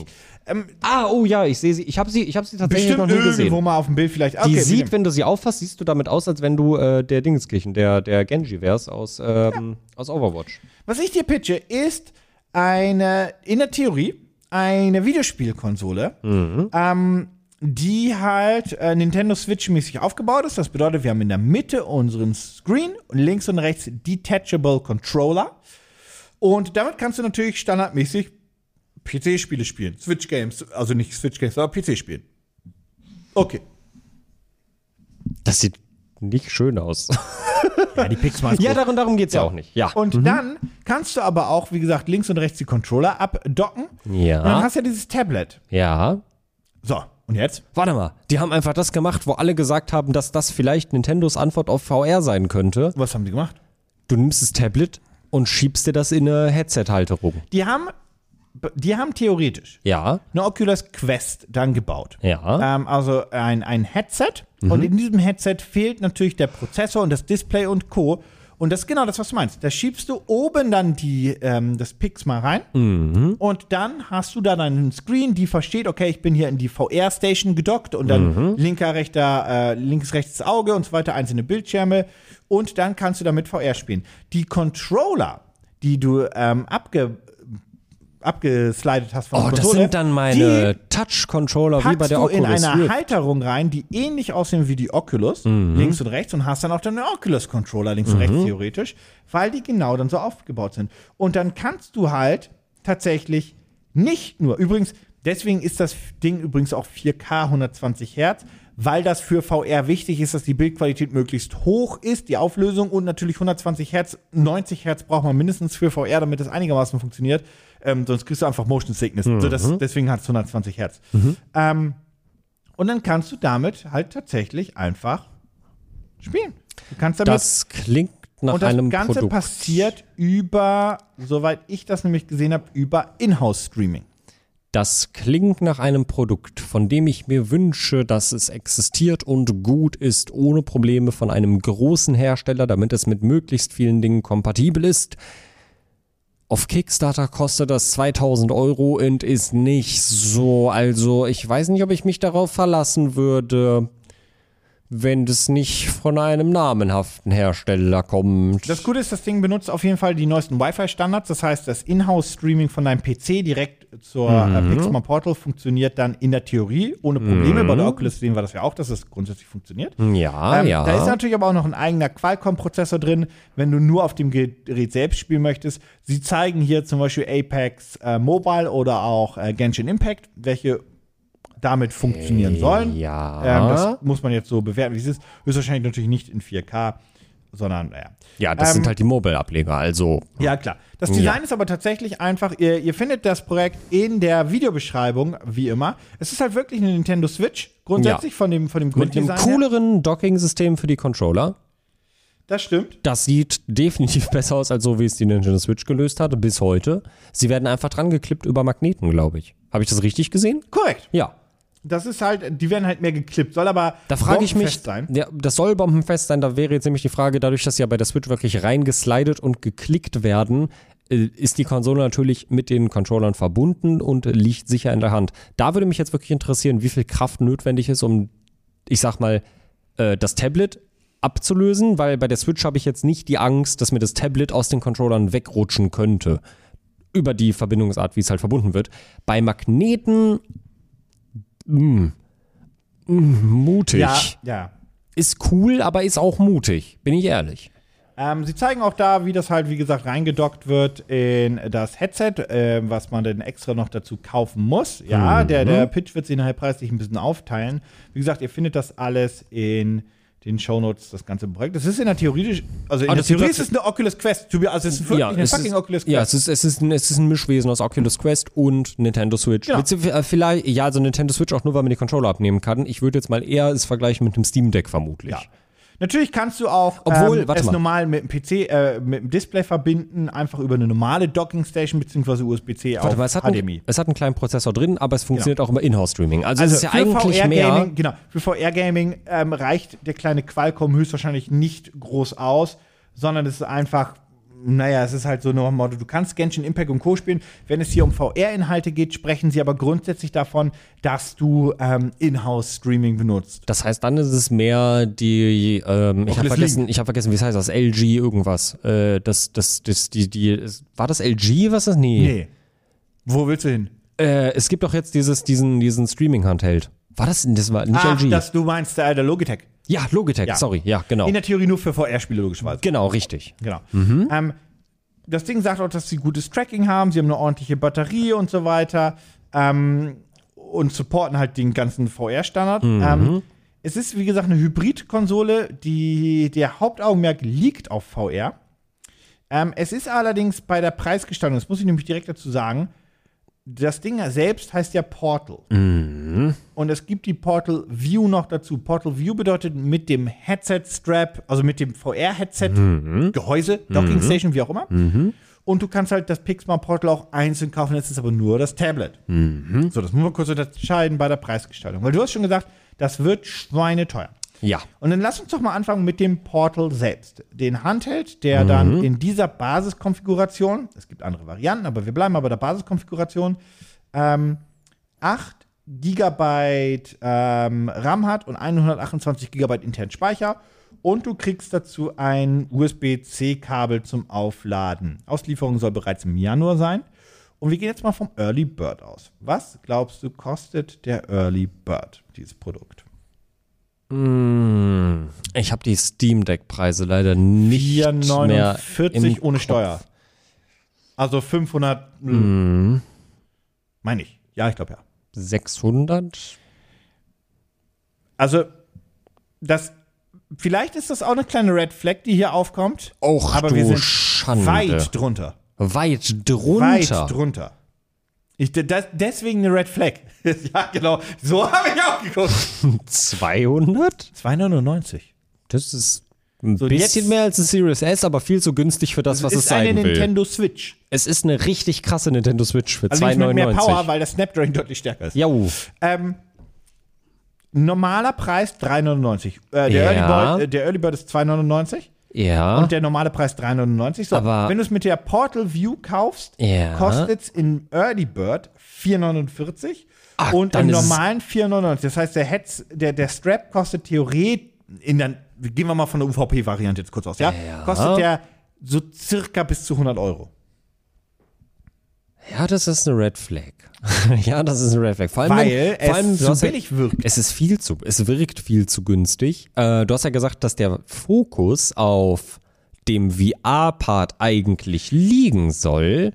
Ah, oh ja, ich sehe sie. Ich habe sie, ich hab sie tatsächlich Bestimmt noch nie gesehen. irgendwo mal auf dem Bild vielleicht. Die Okay, sieht, wie dem- wenn du sie auffasst, siehst du damit aus, als wenn du äh, der Dingenskirchen, der, der Genji wärst aus, ähm, aus Overwatch. Was ich dir pitche, ist eine, in der Theorie, eine Videospielkonsole, ähm, die halt äh, Nintendo Switch-mäßig aufgebaut ist. Das bedeutet, wir haben in der Mitte unseren Screen und links und rechts Detachable Controller. Und damit kannst du natürlich standardmäßig PC-Spiele spielen. Switch-Games, also nicht Switch-Games, aber PC spielen. Okay. Das sieht nicht schön aus. Ja, die Pixmas ja, darum, darum geht's ja. auch nicht. Ja. Und dann kannst du aber auch, wie gesagt, links und rechts die Controller abdocken. Und dann ja. hast du ja dieses Tablet. Ja. So, und jetzt? Warte mal, die haben einfach das gemacht, wo alle gesagt haben, dass das vielleicht Nintendos Antwort auf VR sein könnte. Was haben die gemacht? Du nimmst das Tablet und schiebst dir das in eine Headset-Halterung. Die haben, die haben theoretisch Ja. eine Oculus Quest dann gebaut. Ja. Ähm, also ein, ein Headset. Und in diesem Headset fehlt natürlich der Prozessor und das Display und Co. Und das ist genau das, was du meinst. Da schiebst du oben dann die, ähm, das Pix mal rein. Mhm. Und dann hast du da deinen Screen, die versteht, okay, ich bin hier in die VR-Station gedockt und Mhm. dann linker, rechter, äh, links, rechts Auge und so weiter, einzelne Bildschirme. Und dann kannst du damit VR spielen. Die Controller, die du ähm, abge abgeslidet hast von Oh, der das Konsole, sind dann die meine Touch-Controller wie bei packst der du in Oculus einer Rift. Mhm. Halterung rein, die ähnlich aussehen wie die Oculus, links und rechts, und hast dann auch deinen Oculus-Controller links und rechts theoretisch, weil die genau dann so aufgebaut sind. Und dann kannst du halt tatsächlich nicht nur, übrigens, deswegen ist das Ding übrigens auch 4K 120 Hertz, weil das für VR wichtig ist, dass die Bildqualität möglichst hoch ist, die Auflösung und natürlich 120 Hertz, 90 Hertz braucht man mindestens für VR, damit das einigermaßen funktioniert. Ähm, sonst kriegst du einfach Motion Sickness. So, Mhm. das, deswegen hat es 120 Hertz. Ähm, und dann kannst du damit halt tatsächlich einfach spielen. Du kannst damit Das klingt nach und das einem Ganze Produkt. passiert über, soweit ich das nämlich gesehen habe, über Inhouse-Streaming. Das klingt nach einem Produkt, von dem ich mir wünsche, dass es existiert und gut ist, ohne Probleme von einem großen Hersteller, damit es mit möglichst vielen Dingen kompatibel ist. Auf Kickstarter kostet das 2000 Euro und ist nicht so. Also ich weiß nicht, ob ich mich darauf verlassen würde, wenn das nicht von einem namenhaften Hersteller kommt. Das Gute ist, das Ding benutzt auf jeden Fall die neuesten Wi-Fi-Standards. Das heißt, das Inhouse-Streaming von deinem PC direkt zur Mhm. äh, Pixma Portal funktioniert dann in der Theorie ohne Probleme. Mhm. Bei der Oculus sehen wir das ja auch, dass es grundsätzlich funktioniert. ja, Ähm, Ah, ja. Da ist natürlich aber auch noch ein eigener Qualcomm-Prozessor drin, wenn du nur auf dem Gerät selbst spielen möchtest. Sie zeigen hier zum Beispiel Apex äh, Mobile oder auch äh, Genshin Impact, welche damit funktionieren sollen. Äh, ja. Ähm, das muss man jetzt so bewerten, wie es ist. Höchstwahrscheinlich natürlich nicht in 4K, sondern naja. ja, das ähm, sind halt die Mobile-Ableger, also. Ja, klar. Das Design ist aber tatsächlich einfach, ihr, ihr findet das Projekt in der Videobeschreibung, wie immer. Es ist halt wirklich eine Nintendo Switch, grundsätzlich von dem, von dem Mit einem Grunddesign. her. cooleren Docking-System für die Controller. Das stimmt. Das sieht definitiv besser aus, als so, wie es die Nintendo Switch gelöst hatte, bis heute. Sie werden einfach dran geklippt über Magneten, glaube ich. Habe ich das richtig gesehen? Korrekt. Ja. Das ist halt, die werden halt mehr geklippt, soll aber Da frage ich mich, bombenfest sein. Ja, das soll bombenfest sein, da wäre jetzt nämlich die Frage, dadurch, dass sie ja bei der Switch wirklich reingeslidet und geklickt werden, äh, ist die Konsole natürlich mit den Controllern verbunden und liegt sicher in der Hand. Da würde mich jetzt wirklich interessieren, wie viel Kraft notwendig ist, um, ich sag mal, äh, das Tablet abzulösen, weil bei der Switch habe ich jetzt nicht die Angst, dass mir das Tablet aus den Controllern wegrutschen könnte. Über die Verbindungsart, wie es halt verbunden wird. Bei Magneten, mh, mh, mm, mutig Ja, ja. ist cool, aber ist auch mutig, bin ich ehrlich. Ähm, sie zeigen auch da, wie das halt, wie gesagt, reingedockt wird in das Headset, ähm, was man denn extra noch dazu kaufen muss. Mhm. Ja, der, der Pitch wird sich nachher preislich ein bisschen aufteilen. Wie gesagt, ihr findet das alles in den Shownotes, das ganze Projekt. Das ist in der theoretisch, also in Ah, der das sieht Theorie ist trotzdem- es eine Oculus Quest. To be- Also es ist wirklich eine es fucking ist, Oculus Quest. ja es, ist, es, ist ein, es ist ein Mischwesen aus Oculus Quest und Nintendo Switch. Genau. Willst du, äh, Vielleicht, ja, also Nintendo Switch auch nur, weil man die Controller abnehmen kann. Ich würde jetzt mal eher es vergleichen mit dem Steam Deck vermutlich. Ja. Natürlich kannst du auch ähm, Obwohl, warte es mal. normal mit dem PC, äh, mit dem Display verbinden, einfach über eine normale Docking Station bzw. USB-C auf Warte mal, es hat, einen, HDMI. es hat einen kleinen Prozessor drin, aber es funktioniert auch über Inhouse-Streaming. Also, es ist ja für eigentlich VR mehr. Gaming, genau, für VR Gaming ähm, reicht der kleine Qualcomm höchstwahrscheinlich nicht groß aus, sondern es ist einfach, naja, es ist halt so eine Motto, du kannst Genshin Impact und Co. spielen. Wenn es hier um VR-Inhalte geht, sprechen sie aber grundsätzlich davon, dass du ähm, Inhouse-Streaming benutzt. Das heißt, dann ist es mehr die, ähm, ich habe Oculus vergessen, ich hab vergessen, wie es heißt, das LG irgendwas. Äh, das, das, das, die, die, es- war das LG, was das? Nee. Nee. Wo willst du hin? Äh, es gibt doch jetzt dieses, diesen, diesen Streaming-Handheld. War das denn? Das war nicht Ach, LG. dass du meinst äh, der Logitech. ja, Logitech, Ja. sorry. Ja, genau. In der Theorie nur für VR-Spiele, logischerweise. Genau, richtig. Genau. Ähm, das Ding sagt auch, dass sie gutes Tracking haben, sie haben eine ordentliche Batterie und so weiter ähm, und supporten halt den ganzen VR-Standard. Ähm, es ist, wie gesagt, eine Hybrid-Konsole, die der Hauptaugenmerk liegt auf VR. Ähm, es ist allerdings bei der Preisgestaltung, das muss ich nämlich direkt dazu sagen, das Ding selbst heißt ja Portal. Und es gibt die Portal View noch dazu. Portal View bedeutet mit dem Headset-Strap, also mit dem VR-Headset-Gehäuse, Docking Station, wie auch immer. Und du kannst halt das Pixma Portal auch einzeln kaufen, jetzt ist aber nur das Tablet. So, das muss man kurz unterscheiden bei der Preisgestaltung. Weil du hast schon gesagt, das wird schweineteuer. Ja. Und dann lass uns doch mal anfangen mit dem Portal selbst. Den Handheld, der dann in dieser Basiskonfiguration, es gibt andere Varianten, aber wir bleiben mal bei der Basiskonfiguration, ähm, 8 GB ähm, RAM hat und 128 GB internen Speicher. Und du kriegst dazu ein USB-C-Kabel zum Aufladen. Auslieferung soll bereits im Januar sein. Und wir gehen jetzt mal vom Early Bird aus. Was glaubst du, kostet der Early Bird, dieses Produkt? Hm, ich habe die Steam Deck-Preise leider nicht mehr. 449 im ohne Kopf. Steuer. Also 500, Mhm. meine ich. Ja, ich glaube ja. 600? Also, das, vielleicht ist das auch eine kleine Red Flag, die hier aufkommt. Och, aber du wir sind Schande. weit drunter. Weit drunter. Weit drunter. Ich, de- das, deswegen eine Red Flag. ja, genau. So habe ich auch geguckt. 200? 299. Das ist ein So, bisschen jetzt- mehr als eine Series S, aber viel zu günstig für das, was es ist eine sein will. Nintendo Switch. Es ist eine richtig krasse Nintendo Switch für Allerdings mit mehr Power, 2,99. weil der Snapdragon deutlich stärker ist. Jau. Ähm, normaler Preis 3,99. Äh, der, Ja. Early Bird, äh, der Early Bird ist 2,99 Ja. und der normale Preis 3,99. So, Aber- wenn du es mit der Portal View kaufst, Ja. kostet es im Early Bird 4,49 Ach, und dann im ist es- normalen 4,99. Das heißt, der, Heads, der, der Strap kostet theoretisch, in der, gehen wir mal von der UVP-Variante jetzt kurz aus, ja? Ja. Kostet der so circa bis zu 100 Euro. Ja, das ist eine Red Flag. ja, das ist eine Red Flag. Vor allem, Weil wenn- vor allem, es du zu hast ja- billig wirkt. Es ist viel zu, es wirkt viel zu günstig. Äh, du hast ja gesagt, dass der Fokus auf dem VR-Part eigentlich liegen soll.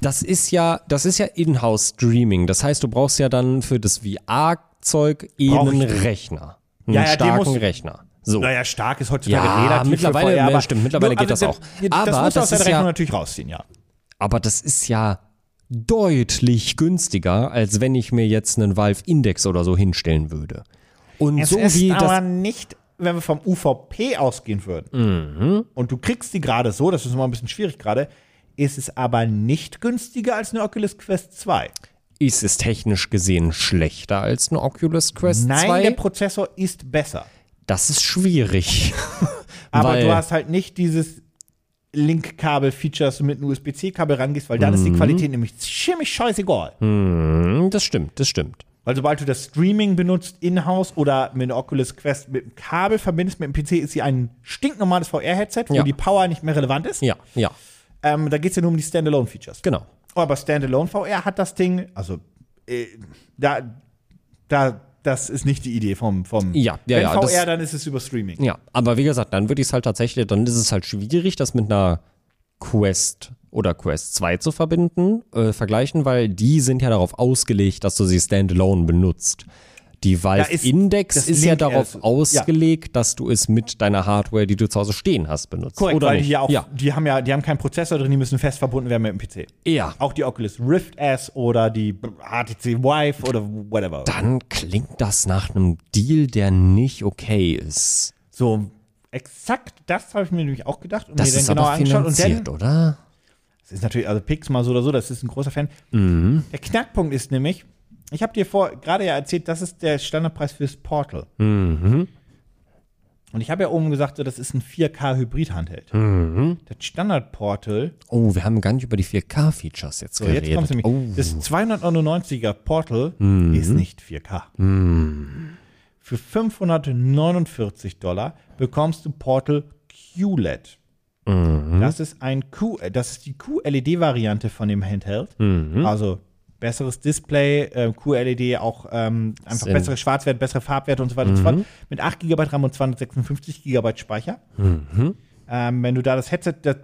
Das ist ja, das ist ja Inhouse-Streaming. Das heißt, du brauchst ja dann für das VR-Zeug eben Brauch ich. einen Rechner. Einen Ja, ja, den starken musst- Rechner. So. Naja, stark ist heutzutage Ja, relativ mittlerweile- für VR, ja, stimmt, mittlerweile geht das auch. Das, muss Aber das aus also der ist ja- Rechnung natürlich rausziehen, ja. Aber das ist ja deutlich günstiger, als wenn ich mir jetzt einen Valve Index oder so hinstellen würde. Und Es so ist wie aber das. nicht, wenn wir vom UVP ausgehen würden. Mhm. Und du kriegst die gerade so, das ist immer ein bisschen schwierig gerade, ist es aber nicht günstiger als eine Oculus Quest 2. Ist es technisch gesehen schlechter als eine Oculus Quest Nein, der 2? Prozessor ist besser. Das ist schwierig. Aber Weil- du hast halt nicht dieses Link-Kabel-Feature, dass du mit einem USB-C-Kabel rangehst, weil dann ist Mhm. die Qualität nämlich ziemlich scheißegal. Hm, Das stimmt, das stimmt. Weil sobald du das Streaming benutzt, in-house oder mit einer Oculus Quest mit einem Kabel verbindest mit dem PC, ist sie ein stinknormales VR-Headset, wo Ja. die Power nicht mehr relevant ist. Ja, ja, Ähm, da geht es ja nur um die Standalone-Features. genau. Aber Standalone VR hat das Ding, also äh, da, da, das ist nicht die Idee vom, vom Ja, ja, Wenn ja, das- VR, dann ist es über Streaming. Ja, aber wie gesagt, dann würde ich es halt tatsächlich, dann ist es halt schwierig, das mit einer Quest oder Quest 2 zu verbinden, äh, vergleichen, weil die sind ja darauf ausgelegt, dass du sie standalone benutzt. Die Valve ist Index das ist ja Link- darauf äh, ja. ausgelegt, dass du es mit deiner Hardware, die du zu Hause stehen hast, benutzt. Korrekt, oder weil nicht? die ja auch, ja. die haben ja, die haben keinen Prozessor drin, die müssen fest verbunden werden mit dem PC. Ja. Auch die Oculus Rift S oder die HTC Vive oder whatever. Dann klingt das nach einem Deal, der nicht okay ist. So, exakt das habe ich mir nämlich auch gedacht und Das mir dann ist genau aber angeschaut. Und finanziert, dann, oder? das ist natürlich, also Pix mal so oder so, das ist ein großer Fan. Der Knackpunkt ist nämlich, ich habe dir vor gerade ja erzählt, das ist der Standardpreis fürs Portal. Und ich habe ja oben gesagt, so, das ist ein 4K-Hybrid-Handheld. Das Standard-Portal, Oh, wir haben gar nicht über die 4K-Features jetzt so geredet. jetzt kommst du nämlich, oh. das 299er Portal ist nicht 4K. Für 549 Dollar bekommst du Portal E QLED. Das ist ein Q, äh, das ist die QLED-Variante von dem Handheld. Also besseres Display, äh, QLED, auch ähm, einfach Sinn. bessere Schwarzwert, bessere Farbwerte und so weiter und so fort. Mit 8 GB RAM und 256 GB Speicher. Ähm, wenn du da das Headset, das,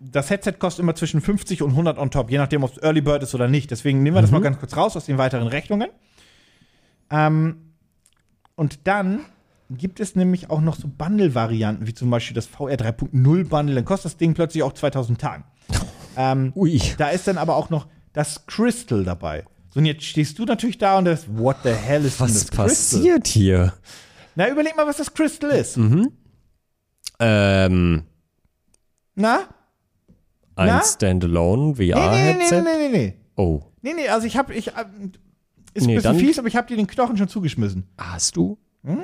das Headset kostet immer zwischen 50 und 100 on top, je nachdem, ob es Early Bird ist oder nicht. Deswegen nehmen wir das mal ganz kurz raus aus den weiteren Rechnungen. Ähm, und dann gibt es nämlich auch noch so Bundle-Varianten, wie zum Beispiel das VR 3.0 Bundle. Dann kostet das Ding plötzlich auch 2000 Tagen. Ähm, Ui. da ist dann aber auch noch das Crystal dabei. So, und jetzt stehst du natürlich da und das, what the hell ist denn Was das Crystal? passiert Mhm. hier? Na, überleg mal, was das Crystal ist. Ähm, Na? ein Na? Standalone Nee, nee, nee, VR-Headset? nee, nee, nee. Oh, Nee, nee, also ich hab, ich, äh, ist Nee, ein bisschen dann- fies, aber ich hab dir den Knochen schon zugeschmissen. hast du? Hm?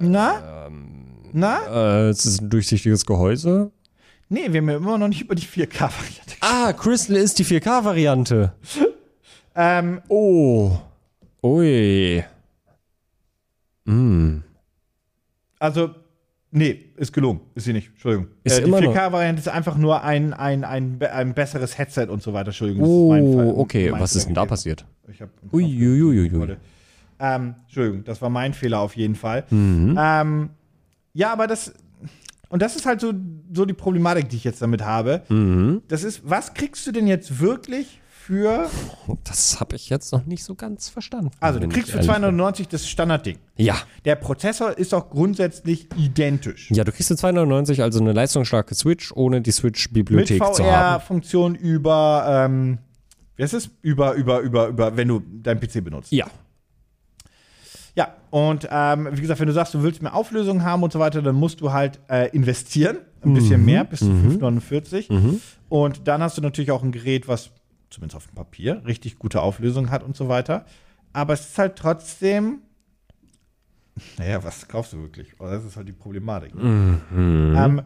Na? Na? Äh, es ist ein durchsichtiges Gehäuse. Nee, wir haben ja immer noch nicht über die 4K-Variante. Ah, Crystal ist die 4K-Variante. Ähm, Oh. Ui. also, nee, ist gelungen. Ist sie nicht, Entschuldigung. Ist äh, die immer noch- 4K-Variante ist einfach nur ein, ein, ein, be- ein besseres Headset und so weiter, Entschuldigung. das ist mein Fall- Oh, okay. mein Was ist denn da Fehler. passiert? Ich hab einen Knopf gedrückt. Uiuiuiui. wurde. Ähm, Entschuldigung, das war mein Fehler auf jeden Fall. Mhm. Ähm, ja, aber das. Und das ist halt so, so die Problematik, die ich jetzt damit habe. Mhm. Das ist, was kriegst du denn jetzt wirklich für. Das habe ich jetzt noch nicht so ganz verstanden. Also, du wenn kriegst ich für ehrlich bin. 290 das Standardding. Ja. Der Prozessor ist auch grundsätzlich identisch. Ja, du kriegst für 299 also eine leistungsstarke Switch, ohne die Mit Switch-Bibliothek zu haben. VR-Funktion über. Ähm, wie heißt es? Über, über, über, über, wenn du deinen PC benutzt. Ja. Ja, und ähm, wie gesagt, wenn du sagst, du willst mehr Auflösungen haben und so weiter, dann musst du halt äh, investieren, ein Mhm. bisschen mehr, bis zu 549. Und dann hast du natürlich auch ein Gerät, was zumindest auf dem Papier richtig gute Auflösung hat und so weiter. Aber es ist halt trotzdem, naja, was kaufst du wirklich? Oh, das ist halt die Problematik. Mhm. Ähm,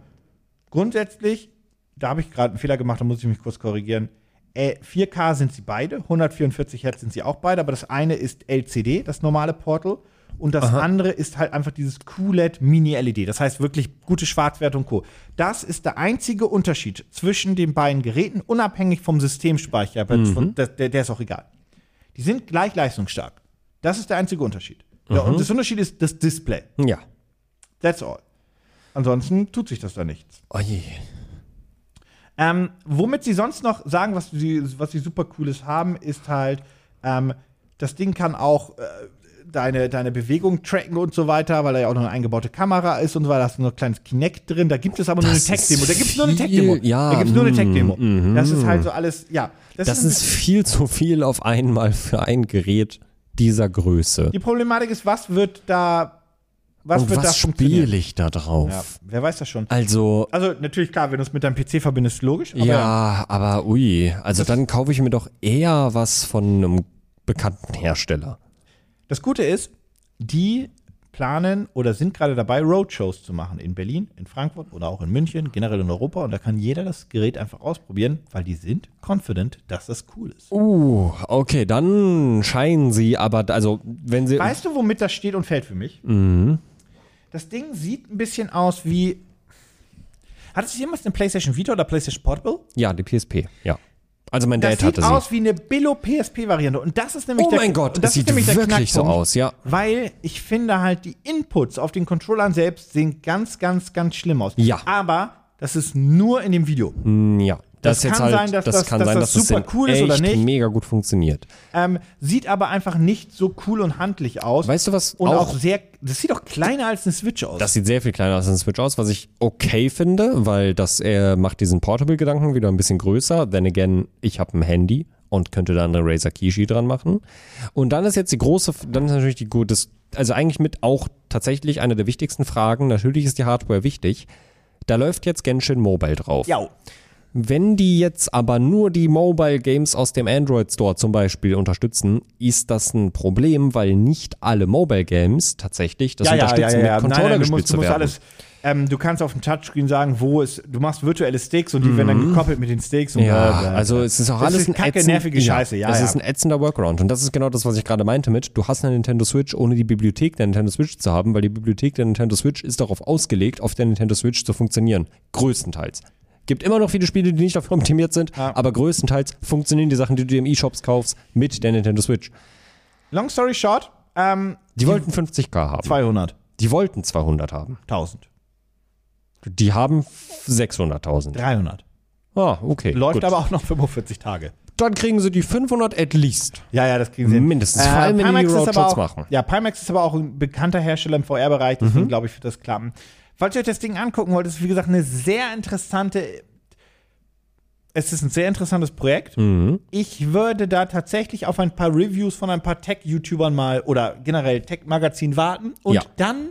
grundsätzlich, da habe ich gerade einen Fehler gemacht, da muss ich mich kurz korrigieren. Äh, 4K sind sie beide, 144 Hertz sind sie auch beide, aber das eine ist LCD, das normale Portal, und das andere ist halt einfach dieses QLED Mini LED. Das heißt wirklich gute Schwarzwerte und Co. Das ist der einzige Unterschied zwischen den beiden Geräten, unabhängig vom Systemspeicher. aber Von, der, der der ist auch egal. Die sind gleich leistungsstark. Das ist der einzige Unterschied. Ja, und das Unterschied ist das Display. Ja. That's all. Ansonsten tut sich das da nichts. Ui. Ähm, womit sie sonst noch sagen, was sie, was sie super cooles haben, ist halt, ähm, das Ding kann auch äh, deine, deine Bewegung tracken und so weiter, weil da ja auch noch eine eingebaute Kamera ist und so weiter. Da hast du noch ein kleines Kinect drin. Da gibt es aber nur Das eine Tech-Demo. Da gibt es nur eine ist Tech-Demo. viel- ja, da gibt es nur eine mm, Tech-Demo. Das ist halt so alles, ja. Das ein ist viel zu viel auf einmal für ein Gerät dieser Größe. bisschen- die Problematik ist, was wird da, was Und wird da was funktionieren? spiele ich da drauf? Ja, wer weiß das schon. Also, Also natürlich klar, wenn du es mit deinem PC verbindest, logisch. aber- ja, aber ui. Also dann kaufe ich mir doch eher was von einem bekannten Hersteller. Das Gute ist, die planen oder sind gerade dabei, Roadshows zu machen in Berlin, in Frankfurt oder auch in München, generell in Europa. Und da kann jeder das Gerät einfach ausprobieren, weil die sind confident, dass das cool ist. Uh, okay, dann scheinen sie aber, also wenn sie. Weißt du, womit das steht und fällt für mich? Mhm. Das Ding sieht ein bisschen aus wie. Hattest du jemals eine PlayStation Vita oder PlayStation Portable? Ja, die PSP, ja. Also mein Das Dad hatte sieht sie. aus wie eine Billo PSP-Variante. Und das ist nämlich oh der mein Gott, und das, ist sieht nämlich der wirklich so Knackpunkt. aus, ja. Weil ich finde halt, die Inputs auf den Controllern selbst sehen ganz, ganz, ganz schlimm aus. Ja. Aber das ist nur in dem Video. Mm, Ja. Hm, Das Das, jetzt kann halt, sein, dass das, das- kann dass sein, das dass das super denn cool ist oder echt nicht. mega gut funktioniert. Ähm, sieht aber einfach nicht so cool und handlich aus. Weißt du, was Und auch, auch- sehr. Das sieht auch kleiner als eine Switch aus. Das sieht sehr viel kleiner als ein Switch aus, was ich okay finde, weil das äh, macht diesen Portable-Gedanken wieder ein bisschen größer. Then again, ich habe ein Handy und könnte dann eine Razer Kishi dran machen. Und dann ist jetzt die große, dann ist natürlich die gute, also eigentlich mit auch tatsächlich eine der wichtigsten Fragen, natürlich ist die Hardware wichtig. Da läuft jetzt Genshin Mobile drauf. Ja. Wenn die jetzt aber nur die Mobile Games aus dem Android Store zum Beispiel unterstützen, ist das ein Problem, weil nicht alle Mobile Games tatsächlich das ja, ja, ja, ja. unterstützen, mit Nein, Controller nein, du gespielt musst, zu du musst werden. alles. Ähm, du kannst auf dem Touchscreen sagen, wo es. Du machst virtuelle Sticks und die werden dann gekoppelt mit den Sticks und Mhm. Ja, bla, bla, bla. also es ist auch Das alles ist kacke, nervige Scheiße, ja, Es ja. ist ein ätzender Workaround und das ist genau das, was ich gerade meinte mit, du hast eine Nintendo Switch, ohne die Bibliothek der Nintendo Switch zu haben, weil die Bibliothek der Nintendo Switch ist darauf ausgelegt, auf der Nintendo Switch zu funktionieren. Größtenteils. Gibt immer noch viele Spiele, die nicht dafür optimiert sind, aber größtenteils funktionieren die Sachen, die du dir im E-Shops kaufst, mit der Nintendo Switch. Long story short, ähm, Die wollten 50k haben. 200.000. Die wollten 200 haben. Die haben 600.000. 300. Ah, okay. Läuft gut. aber auch noch 45 Tage. Dann kriegen sie die 500 at least. Ja, ja, das kriegen sie hin. Äh, Mindestens, vor allem, wenn die Pimax die ist Roadshots aber auch, machen. Mhm. Ja, Pimax ist aber auch ein bekannter Hersteller im VR-Bereich, deswegen glaube ich, wird das klappen. Falls ihr euch das Ding angucken wollt, ist wie gesagt eine sehr interessante. Es ist ein sehr interessantes Projekt. Mhm. Ich würde da tatsächlich auf ein paar Reviews von ein paar Tech-YouTubern mal oder generell Tech-Magazin warten und Ja. dann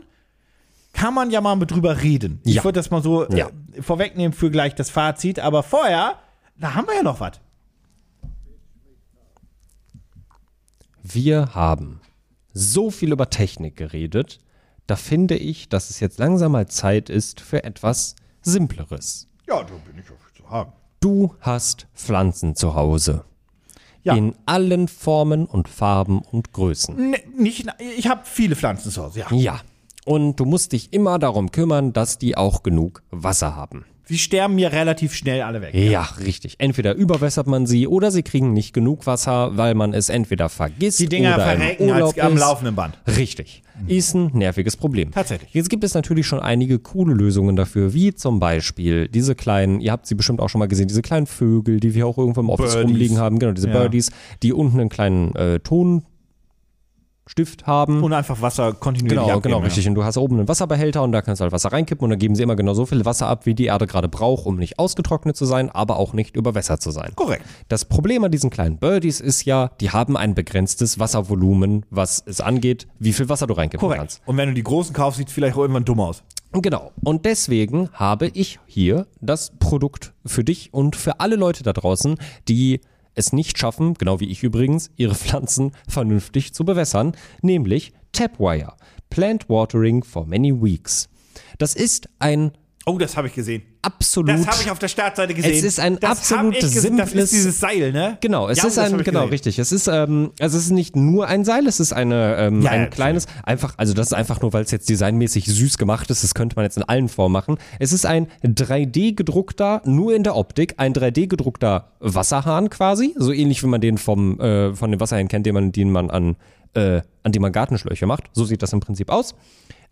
kann man ja mal mit drüber reden. Ich Ja. würde das mal so Ja. äh, vorwegnehmen für gleich das Fazit, aber vorher, da haben wir ja noch was. Wir haben so viel über Technik geredet, da finde ich, dass es jetzt langsam mal Zeit ist für etwas Simpleres. Ja, da bin ich auch zu haben. Du hast Pflanzen zu Hause. Ja. In allen Formen und Farben und Größen. Nee, nicht, ich habe viele Pflanzen zu Hause, ja. Ja. Und du musst dich immer darum kümmern, dass die auch genug Wasser haben. Sie sterben mir relativ schnell alle weg. Ja, richtig. Entweder überwässert man sie oder sie kriegen nicht genug Wasser, weil man es entweder vergisst Die Dinger oder verrecken im Urlaub als, am ist. laufenden Band. Richtig. Ist ein nerviges Problem. Tatsächlich. Jetzt gibt es natürlich schon einige coole Lösungen dafür, wie zum Beispiel diese kleinen, ihr habt sie bestimmt auch schon mal gesehen, diese kleinen Vögel, die wir auch irgendwo im Office Birdies. rumliegen haben, genau, diese Ja. Birdies, die unten einen kleinen äh, Tonstift haben. Und einfach Wasser kontinuierlich Genau, abgeben, genau, ja. richtig. Und du hast oben einen Wasserbehälter und da kannst du halt Wasser reinkippen und dann geben sie immer genau so viel Wasser ab, wie die Erde gerade braucht, um nicht ausgetrocknet zu sein, aber auch nicht überwässert zu sein. Korrekt. Das Problem an diesen kleinen Birdies ist ja, die haben ein begrenztes Wasservolumen, was es angeht, wie viel Wasser du reinkippen kannst. Korrekt. Und wenn du die großen kaufst, sieht es vielleicht auch irgendwann dumm aus. Genau. Und deswegen habe ich hier das Produkt für dich und für alle Leute da draußen, die es nicht schaffen, genau wie ich übrigens, ihre Pflanzen vernünftig zu bewässern, nämlich Tapwire. Plant Watering for Many Weeks. Das ist ein Oh, das habe ich gesehen. absolut Das habe ich auf der Startseite gesehen. Es ist ein das hab absolut ich gesehen. Das simples- ist dieses Seil, ne? Genau, es Ja, ist das ein, hab ich genau, gesehen. richtig. Es ist, ähm, also es ist nicht nur ein Seil, es ist eine, ähm, Ja, ein ja, kleines, einfach, also das ist einfach nur, weil es jetzt designmäßig süß gemacht ist, das könnte man jetzt in allen Formen machen. Es ist ein 3D-gedruckter, nur in der Optik, ein 3D-gedruckter Wasserhahn quasi, so ähnlich wie man den vom, äh, von dem Wasserhahn kennt, den man, den man an, äh, an dem man Gartenschläuche macht. So sieht das im Prinzip aus.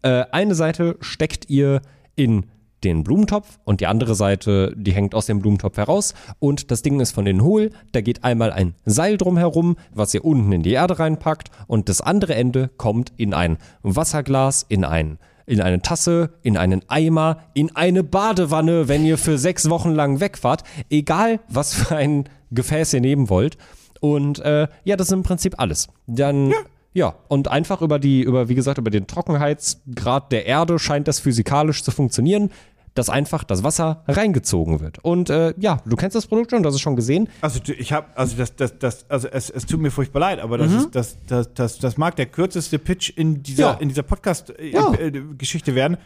Äh, eine Seite steckt ihr in den Blumentopf und die andere Seite, die hängt aus dem Blumentopf heraus und das Ding ist von innen hohl. Da geht einmal ein Seil drum herum, was ihr unten in die Erde reinpackt und das andere Ende kommt in ein Wasserglas, in ein in eine Tasse, in einen Eimer, in eine Badewanne, wenn ihr für sechs Wochen lang wegfahrt, egal was für ein Gefäß ihr nehmen wollt. Und äh, ja, das ist im Prinzip alles. Dann ja, und einfach über die, über, wie gesagt, über den Trockenheitsgrad der Erde scheint das physikalisch zu funktionieren, dass einfach das Wasser reingezogen wird. Und äh, ja, du kennst das Produkt schon, das ist schon gesehen. Also du- ich habe, also das, das, das, also es, es tut mir furchtbar leid, aber das, ist, das, das, das, das mag der kürzeste Pitch in dieser, Mhm. Ja. in dieser Ja. Podcast-Geschichte werden.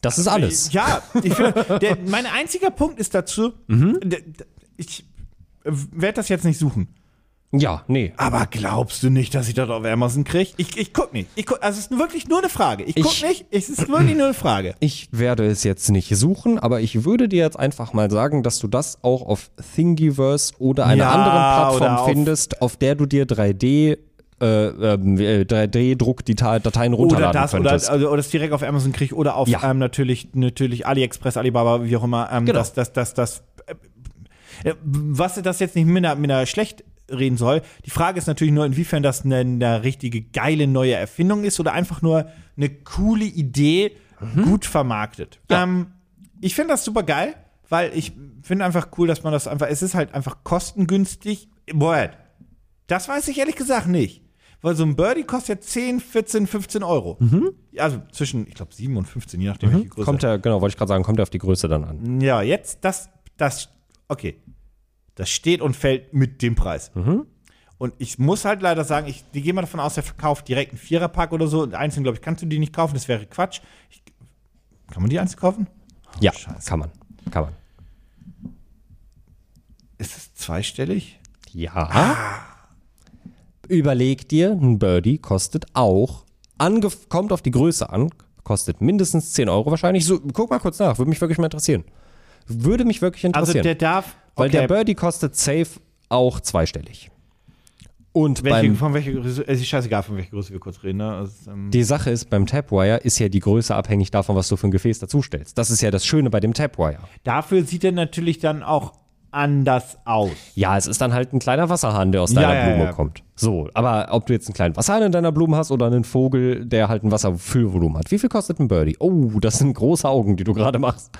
Das ist alles. Ja, ich finde, der, mein einziger Punkt ist dazu, der, der- ich werde das jetzt nicht suchen. Ja, nee. Aber glaubst du nicht, dass ich das auf Amazon kriege? Ich, ich guck nicht. Ich guck, also es ist wirklich nur eine Frage. Ich guck Ich- nicht, es ist wirklich nur eine Frage. Ich werde es jetzt nicht suchen, aber ich würde dir jetzt einfach mal sagen, dass du das auch auf Thingiverse oder einer Ja, anderen oder Plattform auf- findest, auf der du dir 3D äh, ähm, äh, 3D-Druckdateien runterladen Oder das, oder, könntest. also, oder das direkt auf Amazon kriege oder auf Ja. ähm, natürlich, natürlich AliExpress, Alibaba, wie auch immer. Ähm, Genau. Das, das, das, das, äh, äh, was das jetzt nicht minder, minder schlecht reden soll. Die Frage ist natürlich nur, inwiefern das eine, eine richtige geile neue Erfindung ist oder einfach nur eine coole Idee, Mhm. gut vermarktet. Ähm, ich finde das super geil, weil ich finde einfach cool, dass man das einfach, es ist halt einfach kostengünstig Moment. Das weiß ich ehrlich gesagt nicht. Weil so ein Birdie kostet ja 10, 14, 15 Euro. Also zwischen, ich glaube, 7 und 15, je nachdem, welche Größe. Hm, Mhm. Kommt ja, genau, wollte ich gerade sagen, kommt ja auf die Größe dann an. Ja, jetzt das, das, okay. Das steht und fällt mit dem Preis. Mhm. Und ich muss halt leider sagen, ich die gehe mal davon aus, der verkauft direkt einen Viererpack oder so. Einzeln, glaube ich, kannst du die nicht kaufen, das wäre Quatsch. Ich, kann man die einzeln kaufen? ja, Scheiße. kann man. Kann man. Ist es zweistellig? Ja. Ah. Überleg dir, ein Birdie kostet auch, ange kommt auf die Größe an, kostet mindestens 10 Euro wahrscheinlich. So, guck mal kurz nach, würde mich wirklich mal interessieren. Würde mich wirklich Also interessieren. der darf. weil okay, der Birdie kostet safe auch zweistellig. Und welche, beim, von welcher Größe, es ist scheißegal, von welcher Größe wir kurz reden. Ne? Also, ähm, die Sache ist, beim Tapwire ist ja die Größe abhängig davon, was du für ein Gefäß dazustellst. Das ist ja das Schöne bei dem Tapwire. dafür sieht er natürlich dann auch anders aus. Ja, es ist dann halt ein kleiner Wasserhahn, der aus Ja, deiner ja, Blume ja. kommt. So, aber ob du jetzt einen kleinen Wasserhahn in deiner Blume hast oder einen Vogel, der halt ein Wasserfüllvolumen hat. Wie viel kostet ein Birdie? Oh, das sind große Augen, die du gerade machst.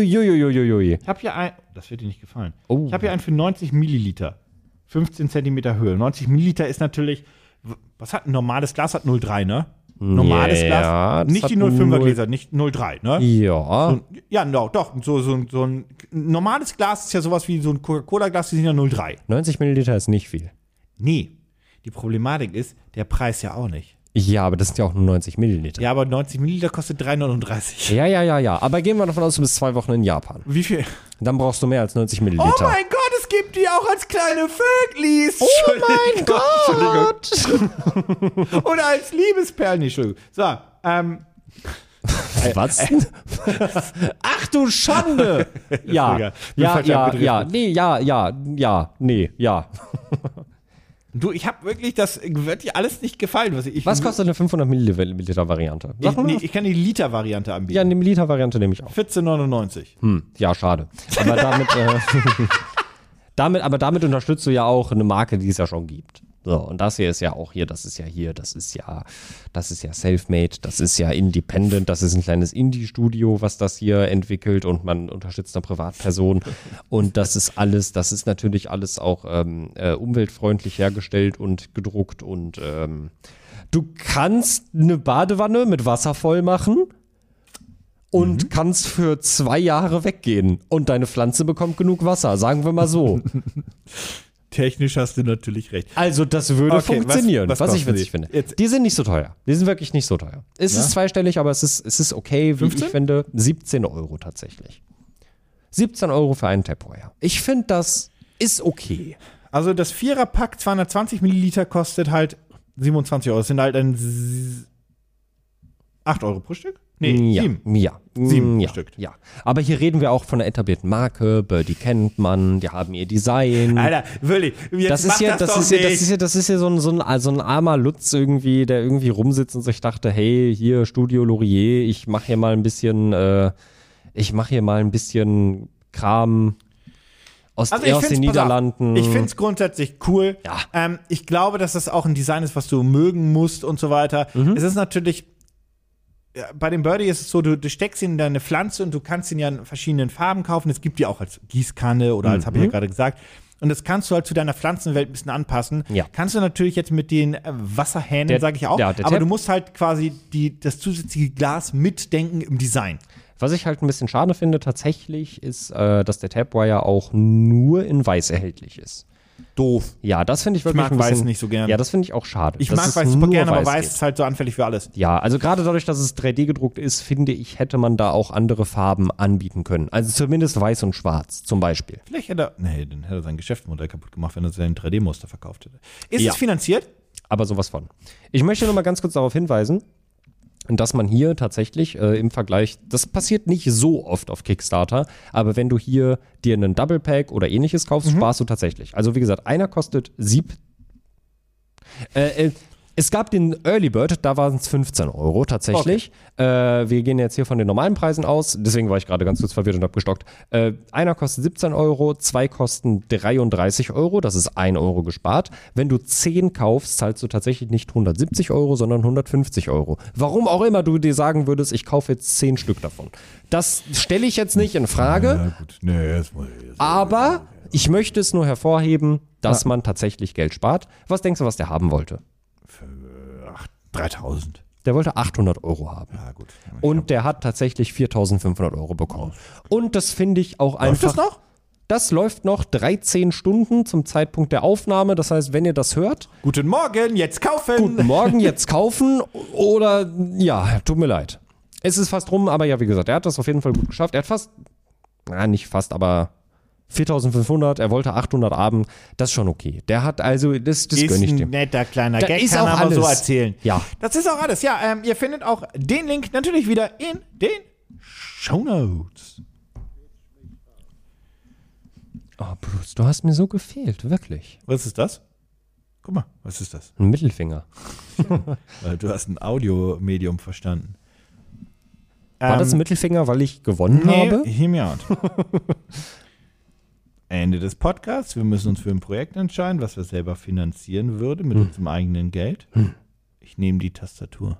Uiuiuiuiui. Ich habe hier ein. Das wird dir nicht gefallen. Oh. Ich habe hier einen für 90 Milliliter. 15 Zentimeter Höhe. 90 Milliliter ist natürlich. Was hat ein normales Glas? Hat 0,3, ne? Normales Ja, Glas. das Nicht die hat 0,5er null- Gläser, nicht 0,3, ne? Ja. Ja, no, doch. So, so, so ein ein normales Glas ist ja sowas wie so ein Coca-Cola-Glas, die sind ja 0,3. 90 Milliliter ist nicht viel. Nee. Die Problematik ist, der Preis ja auch nicht. Ja, aber das sind ja auch nur 90 Milliliter. Ja, aber 90 Milliliter kostet 3,39. Ja, ja, ja, ja. Aber gehen wir davon aus, du bist zwei Wochen in Japan. Wie viel? Dann brauchst du mehr als 90 Milliliter. Oh mein Gott, es gibt die auch als kleine Vöglis. Oh mein Gott! Oder als Liebesperlen, nee, Entschuldigung. So, ähm, Was? Ach du Schande! Entschuldigung, ja, bin ja, falsch ja, abgedriftet. ja, nee, ja, ja, ja, nee, ja. du, ich habe wirklich, das wird dir alles nicht gefallen. Was, ich, Was kostet eine 500 Milliliter Variante? ich, Sag mal. nee, ich kann die Liter-Variante anbieten. Ja, eine Milliliter Variante nehme ich auch. 14,99. Hm, ja, schade. Aber damit, äh, damit, aber damit unterstützt du ja auch eine Marke, die es ja schon gibt. So, und das hier ist ja auch hier, das ist ja hier, das ist ja, das ist ja self-made, das ist ja independent, das ist ein kleines Indie-Studio, was das hier entwickelt und man unterstützt eine Privatperson. Und das ist alles, das ist natürlich alles auch ähm, äh, umweltfreundlich hergestellt und gedruckt und ähm, du kannst eine Badewanne mit Wasser voll machen und kannst für zwei Jahre weggehen und deine Pflanze bekommt genug Wasser, sagen wir mal so. Technisch hast du natürlich recht. Also das würde Okay, was- funktionieren, was, was ich kosten witzig die? finde. Jetzt- Die sind nicht so teuer. Die sind wirklich nicht so teuer. Es ist zweistellig, aber es ist, es ist okay, wie ich 15? finde, 17 Euro tatsächlich. 17 Euro für einen Tapwire. Ich finde, das ist okay. Also das Vierer-Pack 220 Milliliter kostet halt 27 Euro. Das sind halt ein 8 Euro pro Stück? Nee, ja. 7. Ja. Sieben ja. Stück. ja. Aber hier reden wir auch von einer etablierten Marke, die kennt man, die haben ihr Design. Alter, wirklich, jetzt Hm. das ist mach ja, das, doch ist ja, das nicht. ist ja, das ist ja so ein, so ein, so ein armer Lutz irgendwie, der irgendwie rumsitzt und sich dachte, hey, hier Studio Laurier, ich mache hier mal ein bisschen, äh, ich mache hier mal ein bisschen Kram aus, Also ich aus den find's- pass auf, Niederlanden. Ich finde es grundsätzlich cool. Ja. Ähm, ich glaube, dass das auch ein Design ist, was du mögen musst und so weiter. Mhm. Es ist natürlich. ja, Bei dem Birdie ist es so, du, du steckst ihn in deine Pflanze und du kannst ihn ja in verschiedenen Farben kaufen. Es gibt die auch als Gießkanne oder als Mhm. habe ich ja gerade gesagt. Und das kannst du halt zu deiner Pflanzenwelt ein bisschen anpassen. Ja. Kannst du natürlich jetzt mit den äh, Wasserhähnen, Der- sage ich auch, ja, der aber Tab- du musst halt quasi die, das zusätzliche Glas mitdenken im Design. Was ich halt ein bisschen schade finde tatsächlich ist, äh, dass der Tapwire auch nur in weiß erhältlich ist. Doof. Ja, das finde ich wirklich mag ein weiß bisschen, nicht so gerne. Ja, das finde ich auch schade. Ich dass mag es weiß super nur gerne, aber weiß geht. ist halt so anfällig für alles. Ja, also gerade dadurch, dass es 3D gedruckt ist, finde ich, hätte man da auch andere Farben anbieten können. Also zumindest weiß und schwarz zum Beispiel. Vielleicht hätte er. Nee, dann hätte er sein Geschäftsmodell kaputt gemacht, wenn er sein 3D-Muster verkauft hätte. Ist Ja. es finanziert? Aber sowas von. Ich möchte nur mal ganz kurz darauf hinweisen, dass man hier tatsächlich äh, im Vergleich, das passiert nicht so oft auf Kickstarter, aber wenn du hier dir einen Double Pack oder ähnliches kaufst, sparst du tatsächlich. Also wie gesagt, einer kostet sieb. Äh, äh, es gab den Early Bird, da waren es 15 Euro tatsächlich. Äh, wir gehen jetzt hier von den normalen Preisen aus, deswegen war ich gerade ganz kurz verwirrt und habe gestockt. Äh, einer kostet 17 Euro, zwei kosten 33 Euro, das ist 1 Euro gespart. Wenn du 10 kaufst, zahlst du tatsächlich nicht 170 Euro, sondern 150 Euro. Warum auch immer du dir sagen würdest, ich kaufe jetzt 10 Stück davon. Das stelle ich jetzt nicht in Frage. gut, nee, jetzt mal. Aber ich möchte es nur hervorheben, dass man tatsächlich Geld spart. Was denkst du, was der haben wollte? 3000. Der wollte 800 Euro haben. Ja, gut. Und der hat tatsächlich 4500 Euro bekommen. Und das finde ich auch Läuft einfach. das noch? Das läuft noch 13 Stunden zum Zeitpunkt der Aufnahme. Das heißt, wenn ihr das hört, Guten Morgen, jetzt kaufen. guten Morgen jetzt kaufen oder ja, tut mir leid. Es ist fast rum, aber ja, wie gesagt, er hat das auf jeden Fall gut geschafft. Er hat fast, na, nicht fast, aber 4500, er wollte 800 Abend. Das ist schon okay. Der hat also, das, das ist gönne ich ein dem. netter kleiner Da Gag, ist kann auch er aber alles. so erzählen. Ja. Das ist auch alles. Ja, ähm, ihr findet auch den Link natürlich wieder in den Show Notes. Oh, Bruce, du hast mir so gefehlt, wirklich. Was ist das? Guck mal, was ist das? Ein Mittelfinger. Äh, Du hast ein Audiomedium verstanden. War das Ähm, ein Mittelfinger, weil ich gewonnen habe? Hear me out. Ende des Podcasts. Wir müssen uns für ein Projekt entscheiden, was wir selber finanzieren würden Hm. mit unserem eigenen Geld. Ich nehme die Tastatur.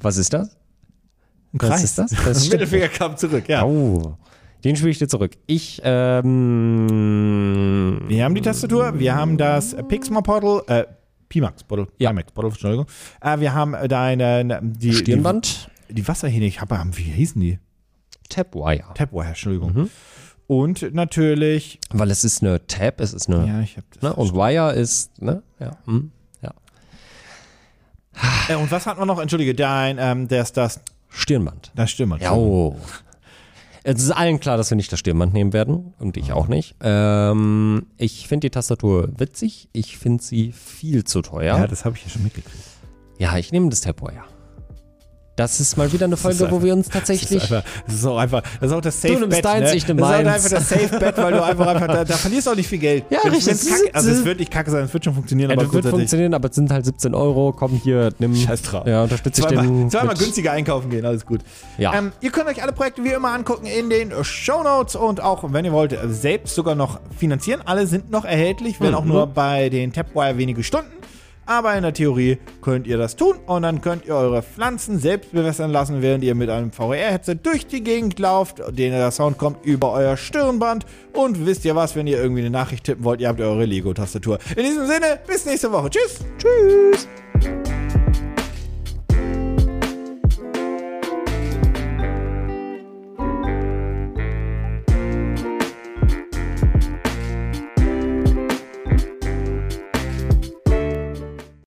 Was ist das? Ein Was ist das? Das stimmt Mittelfinger kam zurück, ja. Oh, den spiele ich dir zurück. Ich, ähm, Wir haben die Tastatur, wir haben das Pixma-Portal, äh, Pimax-Portal, Ja. Pimax-Portal, Entschuldigung. Äh, wir haben deine, die, Stirnband, die, die Wasserhähne, ich habe, wie hießen die? Tapwire. Tapwire, Entschuldigung. Mhm. Und natürlich, Weil es ist eine Tab, es ist eine. ja, ich habe das. Ne? Und Wire ist, ne? Ja. Hm. ja. Äh, und was hatten wir noch? Entschuldige, dein, ähm, das, das, Stirnband. das Stimmt. Ja. oh. Es ist allen klar, dass wir nicht das Stirnband nehmen werden. Und ich auch nicht. Ähm, ich finde die Tastatur witzig. Ich finde sie viel zu teuer. Ja, Ja, das habe ich ja schon mitgekriegt. ich nehme das Tapwire. Das ist mal wieder eine ist Folge, wo einfach- wir uns Das tatsächlich. ist, einfach, das ist auch einfach, das ist auch das Safe nimmst Bet. deins, ne? ich nehm das ist meins. auch einfach das Safe Bet, weil du einfach, einfach da, da verlierst du auch nicht viel Geld. Ja, Wenn's- richtig. wenn's Kacke, also es wird nicht kacke sein, es wird schon funktionieren, Ja, aber das wird grundsätzlich- funktionieren, aber es sind halt 17 Euro. Komm hier, nimm. Scheiß drauf. Ja, unterstütze ich Zweimal, den. zweimal mit- günstiger einkaufen gehen, alles gut. Ja. Ähm, ihr könnt euch alle Projekte wie immer angucken in den Shownotes und auch, wenn ihr wollt, selbst sogar noch finanzieren. Alle sind noch erhältlich, Mhm. wenn auch nur bei den Tapwire wenige Stunden. Aber in der Theorie könnt ihr das tun und dann könnt ihr eure Pflanzen selbst bewässern lassen, während ihr mit einem VR-Headset durch die Gegend lauft, den der Sound kommt über euer Stirnband. Und wisst ihr was, wenn ihr irgendwie eine Nachricht tippen wollt, ihr habt eure Lego-Tastatur. In diesem Sinne, bis nächste Woche. Tschüss. Tschüss.